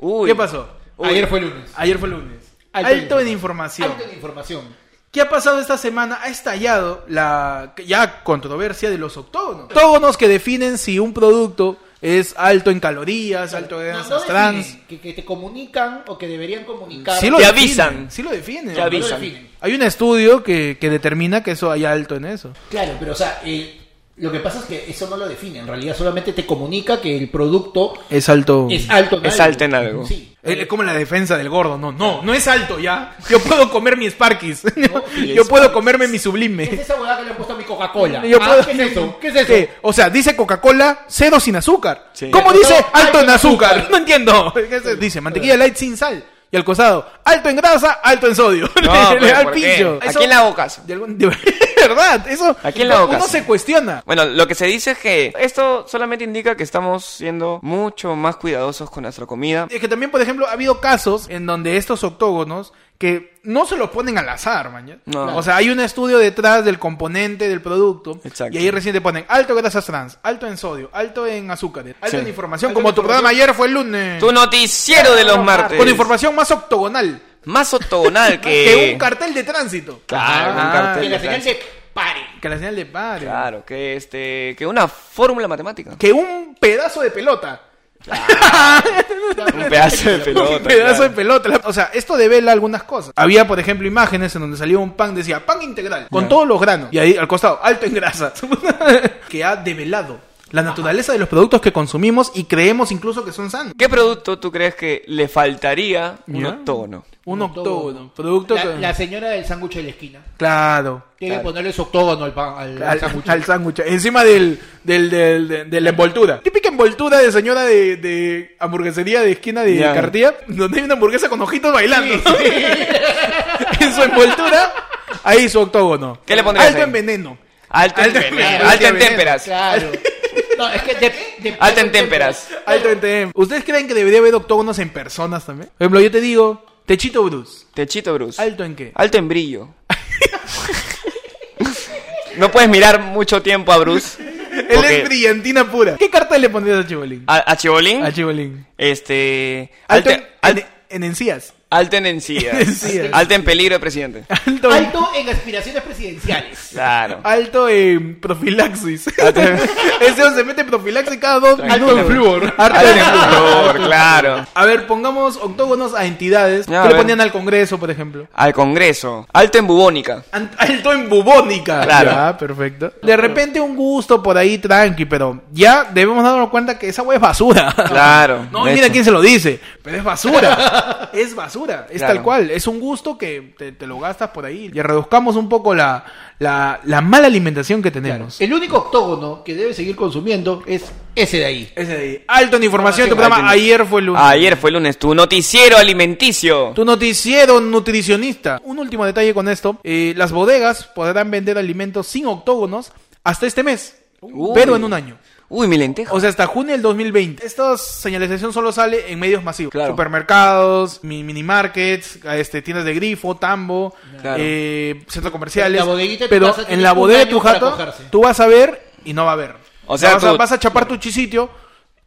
[SPEAKER 2] Uy.
[SPEAKER 1] ¿Qué pasó?
[SPEAKER 2] Uy.
[SPEAKER 3] Ayer fue lunes.
[SPEAKER 1] Ayer fue lunes.
[SPEAKER 3] Alto
[SPEAKER 1] Alto,
[SPEAKER 3] en
[SPEAKER 1] en información.
[SPEAKER 3] Alto en información.
[SPEAKER 1] ¿Qué ha pasado esta semana? Ha estallado la ya controversia de los octógonos. Octógonos que definen si un producto es alto en calorías, alto en
[SPEAKER 3] No,
[SPEAKER 1] grasas
[SPEAKER 3] no
[SPEAKER 1] trans.
[SPEAKER 3] definen, que, que te comunican o que deberían comunicar.
[SPEAKER 1] Sí lo
[SPEAKER 2] Te
[SPEAKER 1] definen,
[SPEAKER 2] avisan.
[SPEAKER 1] Sí lo definen.
[SPEAKER 2] Te
[SPEAKER 3] No lo
[SPEAKER 2] avisan.
[SPEAKER 3] definen.
[SPEAKER 1] Hay un estudio que, que determina que eso hay alto en eso.
[SPEAKER 3] Claro, pero o sea, eh, lo que pasa es que eso no lo define. En realidad solamente te comunica que el producto
[SPEAKER 1] Es alto.
[SPEAKER 3] es alto en
[SPEAKER 2] Es
[SPEAKER 3] algo.
[SPEAKER 2] alto en algo.
[SPEAKER 3] Sí.
[SPEAKER 1] Es es como la defensa del gordo, no, no, no es alto ya. Yo puedo comer mis Sparkies. [LAUGHS] Yo
[SPEAKER 2] Sparkies.
[SPEAKER 1] puedo comerme mi
[SPEAKER 3] Es
[SPEAKER 1] sublime.
[SPEAKER 3] esa huevada que le han puesto a mi Coca-Cola.
[SPEAKER 1] Yo
[SPEAKER 3] Ah,
[SPEAKER 1] puedo-
[SPEAKER 3] ¿Qué es eso? ¿Qué es eso?
[SPEAKER 1] Sí, O sea, dice Coca-Cola cero sin azúcar.
[SPEAKER 2] Sí.
[SPEAKER 1] ¿Cómo dice
[SPEAKER 3] No,
[SPEAKER 1] alto en azúcar? [LAUGHS] No
[SPEAKER 3] [LAUGHS]
[SPEAKER 1] entiendo. Dice mantequilla light sin sal. Y al costado, alto en grasa, alto en sodio. [LAUGHS]
[SPEAKER 2] No,
[SPEAKER 1] Le
[SPEAKER 2] pero
[SPEAKER 1] da al
[SPEAKER 2] ¿por qué?
[SPEAKER 1] pincho.
[SPEAKER 2] ¿A
[SPEAKER 1] Eso-
[SPEAKER 2] quién le hago caso?
[SPEAKER 1] De, algún- [LAUGHS] de- verdad, eso
[SPEAKER 2] ¿A quién le hago
[SPEAKER 1] uno
[SPEAKER 2] caso?
[SPEAKER 1] se cuestiona.
[SPEAKER 2] Bueno, lo que se dice es que esto solamente indica que estamos siendo mucho más cuidadosos con nuestra comida.
[SPEAKER 1] Es que también, por ejemplo, ha habido casos en donde estos octógonos que no se los ponen al azar, mañana.
[SPEAKER 2] No.
[SPEAKER 1] O sea, hay un estudio detrás del componente del producto.
[SPEAKER 2] Exacto.
[SPEAKER 1] Y ahí recién te ponen alto en grasas trans, alto en sodio, alto en azúcares, alto
[SPEAKER 2] Sí.
[SPEAKER 1] en información.
[SPEAKER 3] Alto
[SPEAKER 1] como
[SPEAKER 3] en
[SPEAKER 1] tu
[SPEAKER 3] información.
[SPEAKER 1] programa ayer fue el lunes.
[SPEAKER 2] Tu noticiero de los martes.
[SPEAKER 1] Con información más octogonal
[SPEAKER 2] Más
[SPEAKER 1] [LAUGHS]
[SPEAKER 2] octogonal que...
[SPEAKER 1] que un cartel de tránsito.
[SPEAKER 2] Claro, un
[SPEAKER 1] Ah,
[SPEAKER 2] cartel.
[SPEAKER 3] Que la señal se pare.
[SPEAKER 1] Que la señal de pare.
[SPEAKER 2] Claro, que este... Que una
[SPEAKER 1] [LAUGHS]
[SPEAKER 2] fórmula matemática.
[SPEAKER 1] Que un pedazo de pelota.
[SPEAKER 2] [LAUGHS] Un pedazo de pelota.
[SPEAKER 1] un pedazo
[SPEAKER 2] claro.
[SPEAKER 1] de pelota. O sea, esto devela algunas cosas. Había, por ejemplo, imágenes en donde salía un pan, decía pan integral, con todos los granos. Y ahí al costado, alto en grasa. [LAUGHS] que ha develado la naturaleza de los productos que consumimos y creemos incluso que son sanos.
[SPEAKER 2] ¿Qué producto tú crees que le faltaría un
[SPEAKER 1] Ya.
[SPEAKER 2] octógono?
[SPEAKER 1] Un
[SPEAKER 3] Un
[SPEAKER 1] octógono.
[SPEAKER 3] octógono.
[SPEAKER 1] Producto
[SPEAKER 3] La,
[SPEAKER 1] que-
[SPEAKER 3] la señora del sándwich de la esquina.
[SPEAKER 1] Claro.
[SPEAKER 3] Tiene
[SPEAKER 2] Claro.
[SPEAKER 3] que ponerle su octógono al, pan- al, al
[SPEAKER 1] Al,
[SPEAKER 3] sándwich.
[SPEAKER 1] al sándwich. Encima del, del, del- de, de la envoltura. Típica envoltura de señora de, de hamburguesería de esquina de
[SPEAKER 2] Ya.
[SPEAKER 1] Cartía, donde hay una hamburguesa con ojitos bailando. [LAUGHS] en su envoltura, ahí su octógono.
[SPEAKER 2] ¿Qué le pondrías
[SPEAKER 1] Alto
[SPEAKER 2] ahí?
[SPEAKER 1] en veneno.
[SPEAKER 2] Alto en
[SPEAKER 1] Alto en
[SPEAKER 2] veneno,
[SPEAKER 1] veneno.
[SPEAKER 2] alto en
[SPEAKER 1] Alto en
[SPEAKER 2] témperas.
[SPEAKER 3] Claro. No, es que de, de-
[SPEAKER 2] Alto en témperas.
[SPEAKER 1] Alto en TM. ¿Ustedes creen que debería haber octógonos en personas también? Por ejemplo, yo te digo, Techito Bruce.
[SPEAKER 2] Techito Bruce.
[SPEAKER 1] ¿Alto en qué?
[SPEAKER 2] Alto en brillo. no puedes mirar mucho tiempo a Bruce.
[SPEAKER 1] Él
[SPEAKER 2] porque-
[SPEAKER 1] es brillantina pura. ¿Qué cartel le pondrías a Chibolín?
[SPEAKER 2] A, a Chibolín.
[SPEAKER 1] A Chibolín.
[SPEAKER 2] Este.
[SPEAKER 1] Alto,
[SPEAKER 2] Alto,
[SPEAKER 1] en,
[SPEAKER 2] al-
[SPEAKER 1] en
[SPEAKER 2] [LAUGHS]
[SPEAKER 1] encías.
[SPEAKER 2] alto
[SPEAKER 1] [LAUGHS]
[SPEAKER 2] en encías.
[SPEAKER 1] Encías.
[SPEAKER 2] Alto en peligro de presidente.
[SPEAKER 1] Alto, en-
[SPEAKER 3] Alto en aspiraciones presidenciales.
[SPEAKER 2] Claro.
[SPEAKER 1] Alto en profilaxis.
[SPEAKER 2] [LAUGHS]
[SPEAKER 1] [LAUGHS] Ese hombre se mete profilaxis cada dos
[SPEAKER 2] Tranquilo.
[SPEAKER 1] minutos. Alto
[SPEAKER 2] Alto
[SPEAKER 1] en
[SPEAKER 2] en
[SPEAKER 1] flúor.
[SPEAKER 2] flúor, claro.
[SPEAKER 1] A ver, pongamos octógonos a entidades.
[SPEAKER 2] Ya, a
[SPEAKER 1] ¿Qué le
[SPEAKER 2] ver.
[SPEAKER 1] ponían al Congreso, por ejemplo?
[SPEAKER 2] Al Congreso. Alto en bubónica.
[SPEAKER 1] An- Alto en bubónica.
[SPEAKER 2] Claro.
[SPEAKER 1] Ya, perfecto. De repente un gusto por ahí tranqui, pero ya debemos darnos cuenta que esa wea es basura.
[SPEAKER 2] [LAUGHS] Claro.
[SPEAKER 1] [LAUGHS] No,
[SPEAKER 2] de
[SPEAKER 1] mira
[SPEAKER 2] hecho.
[SPEAKER 1] quién se lo dice. Pero es
[SPEAKER 2] [LAUGHS]
[SPEAKER 1] basura. es basura. Es
[SPEAKER 2] Claro.
[SPEAKER 1] tal cual. Es un gusto que te, te lo gastas por ahí. Y reduzcamos un poco la, la, la mala alimentación que tenemos.
[SPEAKER 3] El único octógono que debe seguir consumiendo es ese de ahí.
[SPEAKER 1] Ese de ahí. Alto en
[SPEAKER 2] Ah,
[SPEAKER 1] información, tu programa
[SPEAKER 2] Alto en-
[SPEAKER 1] ayer fue el lunes.
[SPEAKER 2] Ah, Ayer fue lunes. Tu noticiero alimenticio.
[SPEAKER 1] Tu noticiero nutricionista. Un último detalle con esto. Eh, las bodegas podrán vender alimentos sin octógonos hasta este mes.
[SPEAKER 2] Uy.
[SPEAKER 1] Pero en un año.
[SPEAKER 2] Uy, mi lenteja.
[SPEAKER 1] O sea, hasta junio del 2020. Esta señalización solo sale en medios masivos.
[SPEAKER 2] Claro.
[SPEAKER 1] Supermercados, mi- minimarkets, este, tiendas de grifo, tambo,
[SPEAKER 2] Claro.
[SPEAKER 1] eh, centros comerciales.
[SPEAKER 3] La bodeguita de tu
[SPEAKER 1] Pero
[SPEAKER 3] casa tiene
[SPEAKER 1] en la
[SPEAKER 3] un
[SPEAKER 1] bodega de
[SPEAKER 3] año
[SPEAKER 1] tu
[SPEAKER 3] para
[SPEAKER 1] jato,
[SPEAKER 3] cogerse.
[SPEAKER 1] tú vas a ver y no va a haber.
[SPEAKER 2] O sea,
[SPEAKER 1] vas, a,
[SPEAKER 2] tú-
[SPEAKER 1] vas a chapar tu chisitio.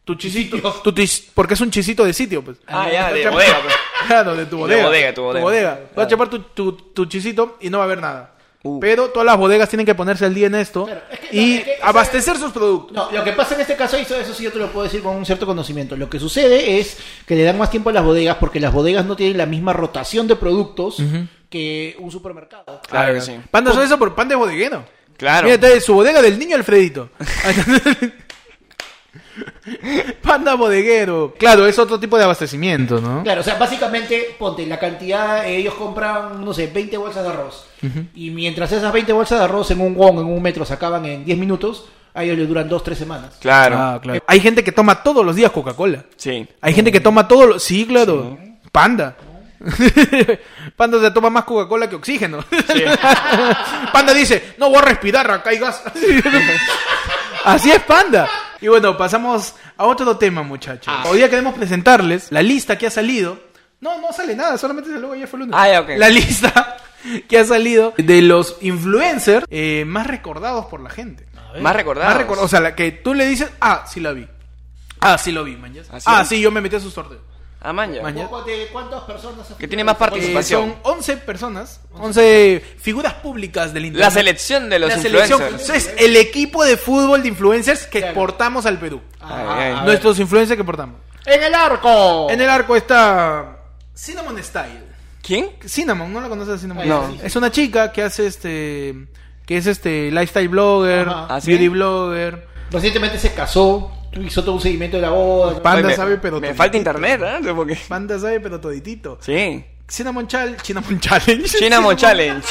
[SPEAKER 1] Tu chisito. tu chis- porque es un chisito de sitio, pues.
[SPEAKER 2] ah, ya, de
[SPEAKER 1] Chapa-
[SPEAKER 2] bodega. pues.
[SPEAKER 1] [LAUGHS] Claro, de tu bodega.
[SPEAKER 2] bodega, tu bodega.
[SPEAKER 1] Vas a chapar tu, tu, tu chisito y no va a haber nada.
[SPEAKER 2] Uh.
[SPEAKER 1] Pero todas las bodegas tienen que ponerse al día en esto
[SPEAKER 3] Claro, es que- no,
[SPEAKER 1] y
[SPEAKER 3] es que- o sea-
[SPEAKER 1] abastecer sus productos.
[SPEAKER 3] No, lo que pasa en este caso, y eso eso sí yo te lo puedo decir con un cierto conocimiento, lo que sucede es que le dan más tiempo a las bodegas porque las bodegas no tienen la misma rotación de productos que un supermercado.
[SPEAKER 2] Claro que sí.
[SPEAKER 1] Panda son eso por pan de bodeguero.
[SPEAKER 2] Claro.
[SPEAKER 1] Mira, está de su bodega del niño
[SPEAKER 2] [LAUGHS]
[SPEAKER 1] Alfredito. Panda bodeguero. Claro, es otro tipo de abastecimiento, ¿no?
[SPEAKER 3] Claro, o sea, básicamente, ponte, la cantidad, eh, ellos compran, no sé, 20 bolsas de arroz. Y mientras esas 20 bolsas de arroz en un won, en un metro, se acaban en 10 minutos, a ellos les duran 2-3 semanas.
[SPEAKER 2] Claro.
[SPEAKER 1] Ah, claro. Hay gente que toma todos los días Coca-Cola.
[SPEAKER 2] Sí.
[SPEAKER 1] Hay gente que toma todos los... Sí, claro. Panda. [LAUGHS] Panda se toma más Coca-Cola que oxígeno. [LAUGHS] Panda dice, no voy a respirar, acá hay gas. [LAUGHS] Así es, Panda. Y bueno, pasamos a otro tema, muchachos.
[SPEAKER 2] Ah.
[SPEAKER 1] Hoy día queremos presentarles la lista que ha salido. No, no sale nada, solamente salió ayer fue el lunes.
[SPEAKER 2] Ah, ya, ok.
[SPEAKER 1] La lista [LAUGHS] que ha salido de los influencers eh, más recordados por la gente.
[SPEAKER 2] Más recordado.
[SPEAKER 1] Más recor- o sea, la que tú le dices, ah, sí la vi. Ah, sí lo vi, mañana.
[SPEAKER 2] Así
[SPEAKER 1] Ah,
[SPEAKER 2] es.
[SPEAKER 1] sí, yo me metí a su sorteo.
[SPEAKER 2] Ah, man, ya.
[SPEAKER 1] Man, ya.
[SPEAKER 3] ¿De cuántas personas?
[SPEAKER 2] Que tiene más
[SPEAKER 1] Eh,
[SPEAKER 2] participación.
[SPEAKER 1] son 11 personas, 11 figuras públicas del internet.
[SPEAKER 2] La selección de los
[SPEAKER 1] La
[SPEAKER 2] influencers.
[SPEAKER 1] selección es el equipo de fútbol de influencers que
[SPEAKER 3] Claro.
[SPEAKER 1] exportamos al Perú.
[SPEAKER 2] Ay, ay.
[SPEAKER 3] Ajá, a ver.
[SPEAKER 1] Nuestros influencers que exportamos.
[SPEAKER 3] En el
[SPEAKER 2] Oh.
[SPEAKER 3] arco.
[SPEAKER 1] En el arco está Cinnamon Style.
[SPEAKER 2] ¿Quién?
[SPEAKER 1] Cinnamon, ¿no la conoces a Cinnamon?
[SPEAKER 3] Ay,
[SPEAKER 2] No.
[SPEAKER 3] sí, sí.
[SPEAKER 1] Es una chica que hace este que es este lifestyle blogger,
[SPEAKER 3] Ajá.
[SPEAKER 2] ¿Ah, sí?
[SPEAKER 1] beauty blogger.
[SPEAKER 3] Recientemente se casó, hizo todo un seguimiento de la boda.
[SPEAKER 1] Panda
[SPEAKER 2] Oye, me-
[SPEAKER 1] sabe, pero
[SPEAKER 2] Me
[SPEAKER 1] toditito.
[SPEAKER 2] falta internet, ¿eh? Porque...
[SPEAKER 1] Panda sabe, pero toditito.
[SPEAKER 2] Sí.
[SPEAKER 1] Cinnamon Chal, Cinnamon [LAUGHS] Challenge.
[SPEAKER 2] Cinnamon Challenge.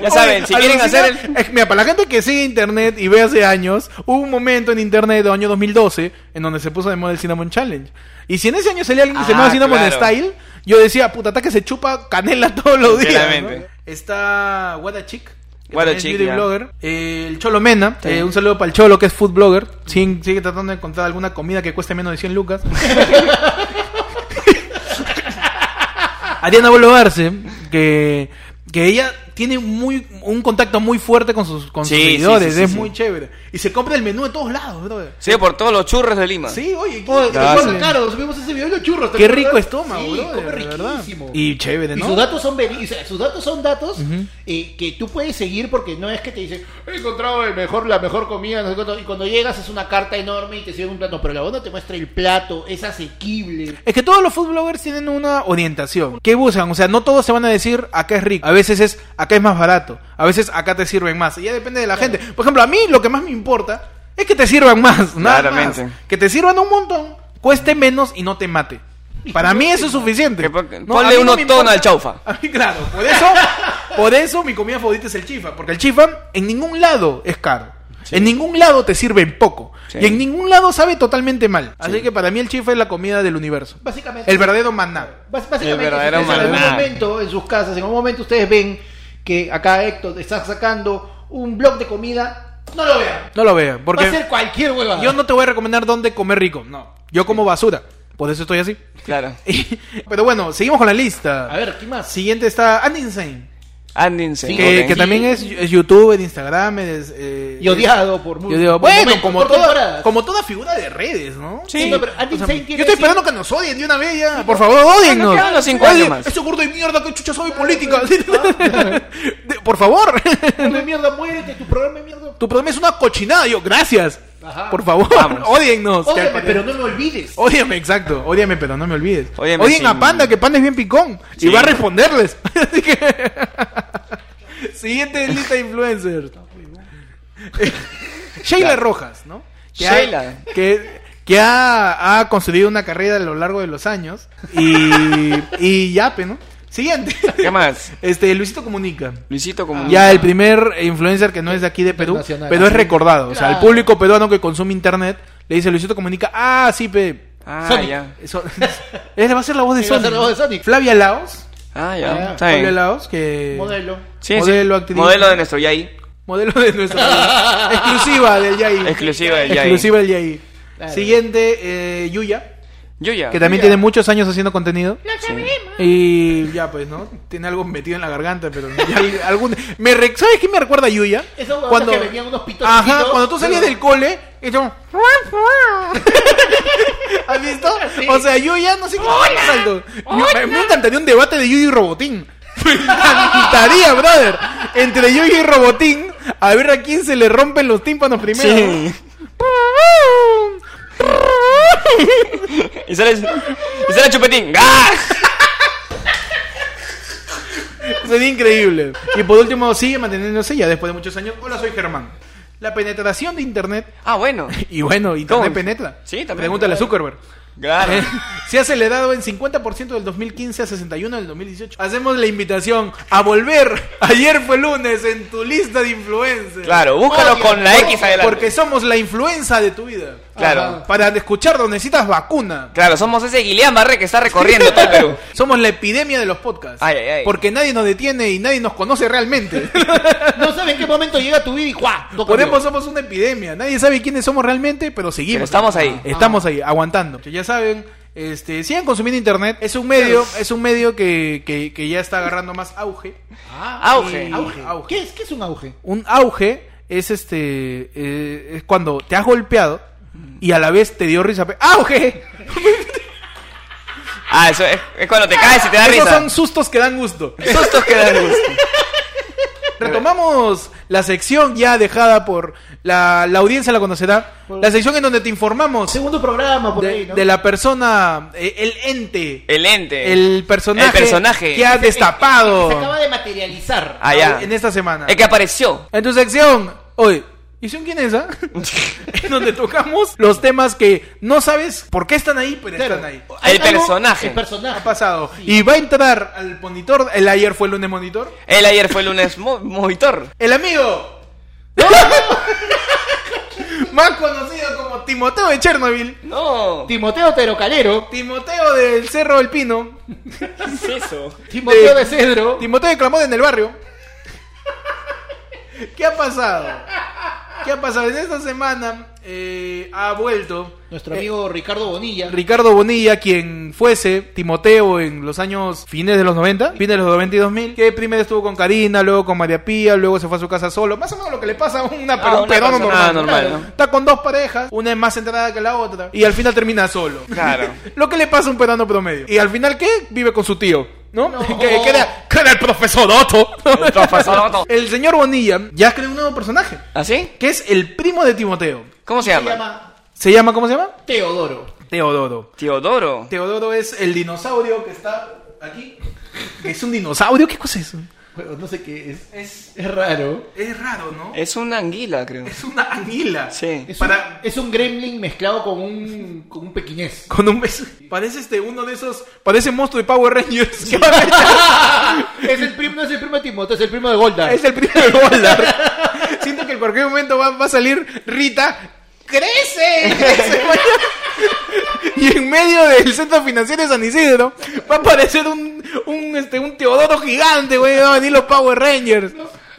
[SPEAKER 2] Ya saben, si
[SPEAKER 1] Oye,
[SPEAKER 2] quieren
[SPEAKER 1] alucina-
[SPEAKER 2] hacer el...
[SPEAKER 1] es que, mira, para la gente que sigue internet y ve hace años, hubo un momento en internet del año 2012 en donde se puso de moda el Cinnamon Challenge. Y si en ese año salía alguien que se
[SPEAKER 2] Ah,
[SPEAKER 1] llamaba Cinnamon
[SPEAKER 2] claro.
[SPEAKER 1] Style, yo decía, puta, está que se chupa canela todos los días. ¿no?
[SPEAKER 2] Sinceramente.
[SPEAKER 1] Está What a Chick. que
[SPEAKER 2] What a
[SPEAKER 1] también es
[SPEAKER 2] Chick,
[SPEAKER 1] beauty
[SPEAKER 2] ya.
[SPEAKER 1] blogger. Eh, el Cholo Mena, eh, un saludo para el Cholo que es food blogger. Sin- sigue tratando de encontrar alguna comida que cueste menos de 100 lucas. Ariana Bolo Arce, que, que ella tiene muy un contacto muy fuerte con sus, con sus
[SPEAKER 2] Sí, sí,
[SPEAKER 1] seguidores,
[SPEAKER 2] sí, sí,
[SPEAKER 1] es
[SPEAKER 2] sí.
[SPEAKER 1] muy chévere. Y se compra el menú de todos lados, brother.
[SPEAKER 2] Sí, por todos los churros de Lima.
[SPEAKER 1] Ah, Sí, oye,
[SPEAKER 3] Oh,
[SPEAKER 1] qué,
[SPEAKER 2] Claro.
[SPEAKER 1] qué-
[SPEAKER 3] claro, subimos ese video de los churros. ¿te
[SPEAKER 1] qué
[SPEAKER 3] acuerdas?
[SPEAKER 1] rico estómago,
[SPEAKER 3] sí,
[SPEAKER 1] brother,
[SPEAKER 3] come
[SPEAKER 1] de verdad.
[SPEAKER 3] riquísimo.
[SPEAKER 1] Y chévere,
[SPEAKER 3] Y sus
[SPEAKER 1] ¿no?
[SPEAKER 3] datos son, veri- o sea, sus datos, son datos eh, que tú puedes seguir porque no es que te dicen, he encontrado el mejor, la mejor comida, no sé cuánto", y cuando llegas es una carta enorme y te sirven un plato, pero la onda te muestra el plato, es asequible.
[SPEAKER 1] Es que todos los food bloggers tienen una orientación. ¿Qué buscan? O sea, no todos se van a decir acá es rico. A veces es acá es más barato. A veces acá te sirven más. Y ya depende de la gente. Por ejemplo, a mí lo que más me importa es que te sirvan más. Nada
[SPEAKER 2] Claramente.
[SPEAKER 1] más. Que te sirvan un montón, cueste menos y no te mate. Para mí eso es suficiente.
[SPEAKER 2] Que ponga-
[SPEAKER 1] No,
[SPEAKER 2] ponle
[SPEAKER 1] a mí
[SPEAKER 2] uno
[SPEAKER 1] me
[SPEAKER 2] tono
[SPEAKER 1] importa.
[SPEAKER 2] al chaufa.
[SPEAKER 1] A mí, [LAUGHS] claro. Por eso, por eso mi comida favorita es el chifa. Porque el chifa en ningún lado es caro. En ningún lado te sirve en poco.
[SPEAKER 2] Sí.
[SPEAKER 1] Y en ningún lado sabe totalmente mal. Así que para mí el chifa es la comida del universo.
[SPEAKER 3] Básicamente,
[SPEAKER 1] El verdadero maná.
[SPEAKER 3] Bás- Básicamente,
[SPEAKER 2] El verdadero
[SPEAKER 3] ustedes en algún
[SPEAKER 2] maná.
[SPEAKER 3] momento en sus casas, en algún momento ustedes ven que acá Héctor está sacando un blog de comida, no lo vean.
[SPEAKER 1] No lo veo, porque
[SPEAKER 3] Va a ser cualquier huevada.
[SPEAKER 1] yo no te voy a recomendar dónde comer rico. No, yo como basura. Por eso estoy así. [LAUGHS]
[SPEAKER 2] Claro.
[SPEAKER 1] Pero bueno, seguimos con la lista.
[SPEAKER 3] A ver, ¿qué más?
[SPEAKER 1] Siguiente está Andy Insane.
[SPEAKER 2] Andinsen.
[SPEAKER 1] Que,
[SPEAKER 3] Sí,
[SPEAKER 2] ok.
[SPEAKER 3] ok.
[SPEAKER 1] que también es, es youtuber, Instagram, es, eh,
[SPEAKER 3] Y odiado por
[SPEAKER 1] Yo digo,
[SPEAKER 3] por
[SPEAKER 1] bueno,
[SPEAKER 3] momentos,
[SPEAKER 1] como,
[SPEAKER 3] por
[SPEAKER 1] toda,
[SPEAKER 3] temporadas.
[SPEAKER 1] como toda figura de redes, ¿no?
[SPEAKER 3] Sí, no, pero Andy
[SPEAKER 1] O sea,
[SPEAKER 3] Insane
[SPEAKER 1] yo
[SPEAKER 3] tiene
[SPEAKER 1] estoy esperando que nos odien de una vez ya. Por favor, odiennos.
[SPEAKER 2] Ah, no, quedan los cinco años más.
[SPEAKER 1] Ese gordo de mierda, que chucha sabe política. [LAUGHS] De- Por favor. [LAUGHS]
[SPEAKER 3] Programa de mierda, muérete, tu programa de mierda.
[SPEAKER 1] Tu programa es una cochinada. Yo, gracias.
[SPEAKER 3] Ajá.
[SPEAKER 1] Por favor, [LAUGHS]
[SPEAKER 2] Vamos.
[SPEAKER 1] odiennos.
[SPEAKER 3] Ódiame, pero no me olvides.
[SPEAKER 1] Ódiame, exacto. Ódiame, pero no me olvides.
[SPEAKER 2] Ódiame
[SPEAKER 1] Odien
[SPEAKER 2] sin-
[SPEAKER 1] a Panda, que Panda es bien picón.
[SPEAKER 2] Sí.
[SPEAKER 1] Y va a responderles. [LAUGHS] Así que... Siguiente lista de influencers. [LAUGHS] Sheila Rojas, ¿no? Que ha-
[SPEAKER 2] Sheila.
[SPEAKER 1] que, que ha, ha construido una carrera a lo largo de los años. Y, y yape, ¿no?
[SPEAKER 2] [LAUGHS]
[SPEAKER 1] Siguiente.
[SPEAKER 2] ¿Qué más?
[SPEAKER 1] Este, Luisito Comunica.
[SPEAKER 2] Luisito como...
[SPEAKER 1] Ya el primer influencer que no es de aquí de Perú,
[SPEAKER 3] Internacional.
[SPEAKER 1] pero es recordado. O sea, el
[SPEAKER 3] Claro.
[SPEAKER 1] público peruano que consume internet le dice Luisito Comunica, ah, sí, pe.
[SPEAKER 2] Ah,
[SPEAKER 3] Sonic.
[SPEAKER 2] ya.
[SPEAKER 1] Eso- [LAUGHS] Él va a ser la voz de
[SPEAKER 3] Él va a
[SPEAKER 1] Sonic.
[SPEAKER 3] ser la voz de Sonic.
[SPEAKER 1] Flavia Laos.
[SPEAKER 2] Ah,
[SPEAKER 3] Ah,
[SPEAKER 2] ya. Está
[SPEAKER 1] Flavia
[SPEAKER 2] bien.
[SPEAKER 1] Laos, que.
[SPEAKER 3] Modelo.
[SPEAKER 2] Sí, sí.
[SPEAKER 1] modelo, actriz.
[SPEAKER 2] Modelo de nuestro Yay.
[SPEAKER 1] Modelo de
[SPEAKER 3] [LAUGHS]
[SPEAKER 1] nuestra vida. Exclusiva del Yaí.
[SPEAKER 2] Exclusiva del Yaí.
[SPEAKER 1] Exclusiva del Yaí.
[SPEAKER 3] Claro.
[SPEAKER 1] Siguiente, eh, Yuya,
[SPEAKER 2] Yuya.
[SPEAKER 1] que también
[SPEAKER 2] Ah, Yuya.
[SPEAKER 1] tiene muchos años haciendo contenido.
[SPEAKER 2] Sí.
[SPEAKER 1] Y ya pues, ¿no? Tiene algo metido en la garganta, pero ya [LAUGHS] algún me re- ¿Sabes qué me recuerda a Yuya?
[SPEAKER 3] Esos huevones que venían unos pitos
[SPEAKER 1] Ajá,
[SPEAKER 3] chiquitos.
[SPEAKER 1] cuando tú salías del cole, y yo ¿Has visto?
[SPEAKER 3] Sí.
[SPEAKER 1] O sea, Yuya no sé qué salto. Yo- me- Me encantaría un debate de Yuya y Robotín. [LAUGHS] Me encantaría, brother. Entre Yuya y Robotín, a ver a quién se le rompen los tímpanos primero.
[SPEAKER 2] Sí. Y sale, y sale Chupetín. ¡Ah!
[SPEAKER 1] [LAUGHS] Sería increíble. Y por último, sigue manteniéndose ya después de muchos años. Hola, soy Germán. La penetración de internet.
[SPEAKER 2] Ah, bueno.
[SPEAKER 1] [LAUGHS] Y bueno, internet
[SPEAKER 2] ¿Cómo?
[SPEAKER 1] penetra.
[SPEAKER 2] Sí, también.
[SPEAKER 1] Pregúntale a Zuckerberg. [LAUGHS]
[SPEAKER 2] Claro.
[SPEAKER 1] Eh, Se ha acelerado en 50% del 2015 a 61 del 2018. Hacemos la invitación a volver. [LAUGHS] Ayer fue lunes en tu lista de influencers.
[SPEAKER 2] Claro, búscalo
[SPEAKER 3] Odio,
[SPEAKER 2] con la
[SPEAKER 1] Por-
[SPEAKER 2] X adelante.
[SPEAKER 1] Porque somos la influenza de tu vida.
[SPEAKER 2] Claro.
[SPEAKER 1] Ajá. Para escucharnos necesitas vacuna.
[SPEAKER 2] Claro, somos ese Guileán Barre que está recorriendo todo el Perú.
[SPEAKER 1] Somos la epidemia de los podcasts.
[SPEAKER 2] Ay, ay, ay.
[SPEAKER 1] Porque nadie nos detiene y nadie nos conoce realmente.
[SPEAKER 2] [LAUGHS]
[SPEAKER 3] No sabes en qué momento llega tu vida y ¡juá! No cambió.
[SPEAKER 1] Podemos somos una epidemia. Nadie sabe quiénes somos realmente, pero seguimos.
[SPEAKER 2] Pero estamos ahí.
[SPEAKER 1] Estamos ahí, aguantando. Ya saben, este, sigan consumiendo internet. Es un medio, es un medio que, que- que ya está agarrando más auge.
[SPEAKER 3] Ah,
[SPEAKER 2] [LAUGHS] Auge.
[SPEAKER 1] Y-
[SPEAKER 3] auge.
[SPEAKER 1] auge.
[SPEAKER 3] ¿Qué es, ¿Qué es un auge?
[SPEAKER 1] Un auge es este eh, es cuando te has golpeado y a la vez te dio risa. [LAUGHS] ¡Auge!
[SPEAKER 2] Ah, eso es, es cuando te caes y te da
[SPEAKER 1] Esos
[SPEAKER 2] risa.
[SPEAKER 1] son sustos que dan gusto.
[SPEAKER 2] Sustos que dan gusto.
[SPEAKER 1] Retomamos la sección ya dejada por la, la audiencia la conocerá. La sección en donde te informamos
[SPEAKER 3] Segundo programa por
[SPEAKER 1] de,
[SPEAKER 3] ahí, ¿no?
[SPEAKER 1] de la persona, eh, el ente,
[SPEAKER 2] El ente.
[SPEAKER 1] el personaje,
[SPEAKER 2] El personaje.
[SPEAKER 1] que ha destapado
[SPEAKER 3] Se acaba de materializar.
[SPEAKER 2] Ah, ya.
[SPEAKER 1] en esta semana.
[SPEAKER 2] El que apareció.
[SPEAKER 1] En tu sección, hoy, ¿y son quién [LAUGHS] es? ah? en donde tocamos los temas que no sabes por qué están ahí, pero
[SPEAKER 3] Claro.
[SPEAKER 1] están ahí.
[SPEAKER 3] Hay
[SPEAKER 2] El
[SPEAKER 3] algo-
[SPEAKER 2] personaje.
[SPEAKER 3] El personaje.
[SPEAKER 1] Ha pasado. Y va a entrar al monitor, el ayer fue el lunes monitor,
[SPEAKER 2] Él ayer fue el lunes mo- monitor.
[SPEAKER 1] el [LAUGHS] amigo. Más conocido como Timoteo de Chernobyl.
[SPEAKER 2] No.
[SPEAKER 3] Timoteo Terocalero.
[SPEAKER 1] Timoteo del Cerro del Pino.
[SPEAKER 2] ¿Qué es eso?
[SPEAKER 3] Timoteo de Cedro.
[SPEAKER 1] Timoteo de Clamón en el barrio. ¿Qué ha pasado? ¿Qué ha pasado? En esta semana eh, ha vuelto eh,
[SPEAKER 3] Nuestro amigo Ricardo Bonilla.
[SPEAKER 1] Ricardo Bonilla, quien fuese Timoteo en los años fines de los 90, fines de los 90 y 2000, que primero estuvo con Karina, luego con María Pía, luego se fue a su casa solo. Más o menos lo que le pasa a una,
[SPEAKER 2] Ah,
[SPEAKER 1] un peruano
[SPEAKER 2] una persona
[SPEAKER 1] normal.
[SPEAKER 2] normal,
[SPEAKER 1] Claro.
[SPEAKER 2] ¿no?
[SPEAKER 1] Está con dos parejas, una es más centrada que la otra, y al final termina solo.
[SPEAKER 2] Claro.
[SPEAKER 1] Lo que le pasa a un peruano promedio. Y al final, ¿qué? Vive con su tío, ¿no?
[SPEAKER 3] No.
[SPEAKER 1] [LAUGHS] Que, que era, que era el profesor Otto.
[SPEAKER 2] El profesor Otto.
[SPEAKER 1] El señor Bonilla ya creó un nuevo personaje,
[SPEAKER 2] ¿Así?
[SPEAKER 1] que es el primo de Timoteo.
[SPEAKER 2] ¿Ah, ¿Cómo se
[SPEAKER 3] Se
[SPEAKER 2] llama?
[SPEAKER 3] llama
[SPEAKER 1] ¿Se llama, cómo se llama?
[SPEAKER 3] Teodoro.
[SPEAKER 1] Teodoro.
[SPEAKER 2] Teodoro.
[SPEAKER 1] Teodoro es el dinosaurio que está aquí. ¿Es un dinosaurio? ¿Qué cosa es eso?
[SPEAKER 3] Bueno, no sé qué es. Es, es raro.
[SPEAKER 1] Es raro, ¿no?
[SPEAKER 2] Es una anguila, creo.
[SPEAKER 1] Es una anguila.
[SPEAKER 2] Sí.
[SPEAKER 3] Es,
[SPEAKER 1] Para-
[SPEAKER 3] un, es un gremlin mezclado con un, con un pequinés.
[SPEAKER 1] Con un beso. Parece este uno de esos. Parece monstruo de Power
[SPEAKER 2] [LAUGHS]
[SPEAKER 1] Rangers. [LAUGHS] que van a echar-
[SPEAKER 3] es el primo, no es el primo de Timoteo, es el primo de Golda.
[SPEAKER 1] es el primer [LAUGHS] Goldar. Siento que en cualquier momento va, va a salir Rita. ¡Crece! ¡Crece! vaya! y en medio del centro financiero de San Isidro va a aparecer un, un, este, un Teodoro gigante, güey. Va a venir los Power Rengers.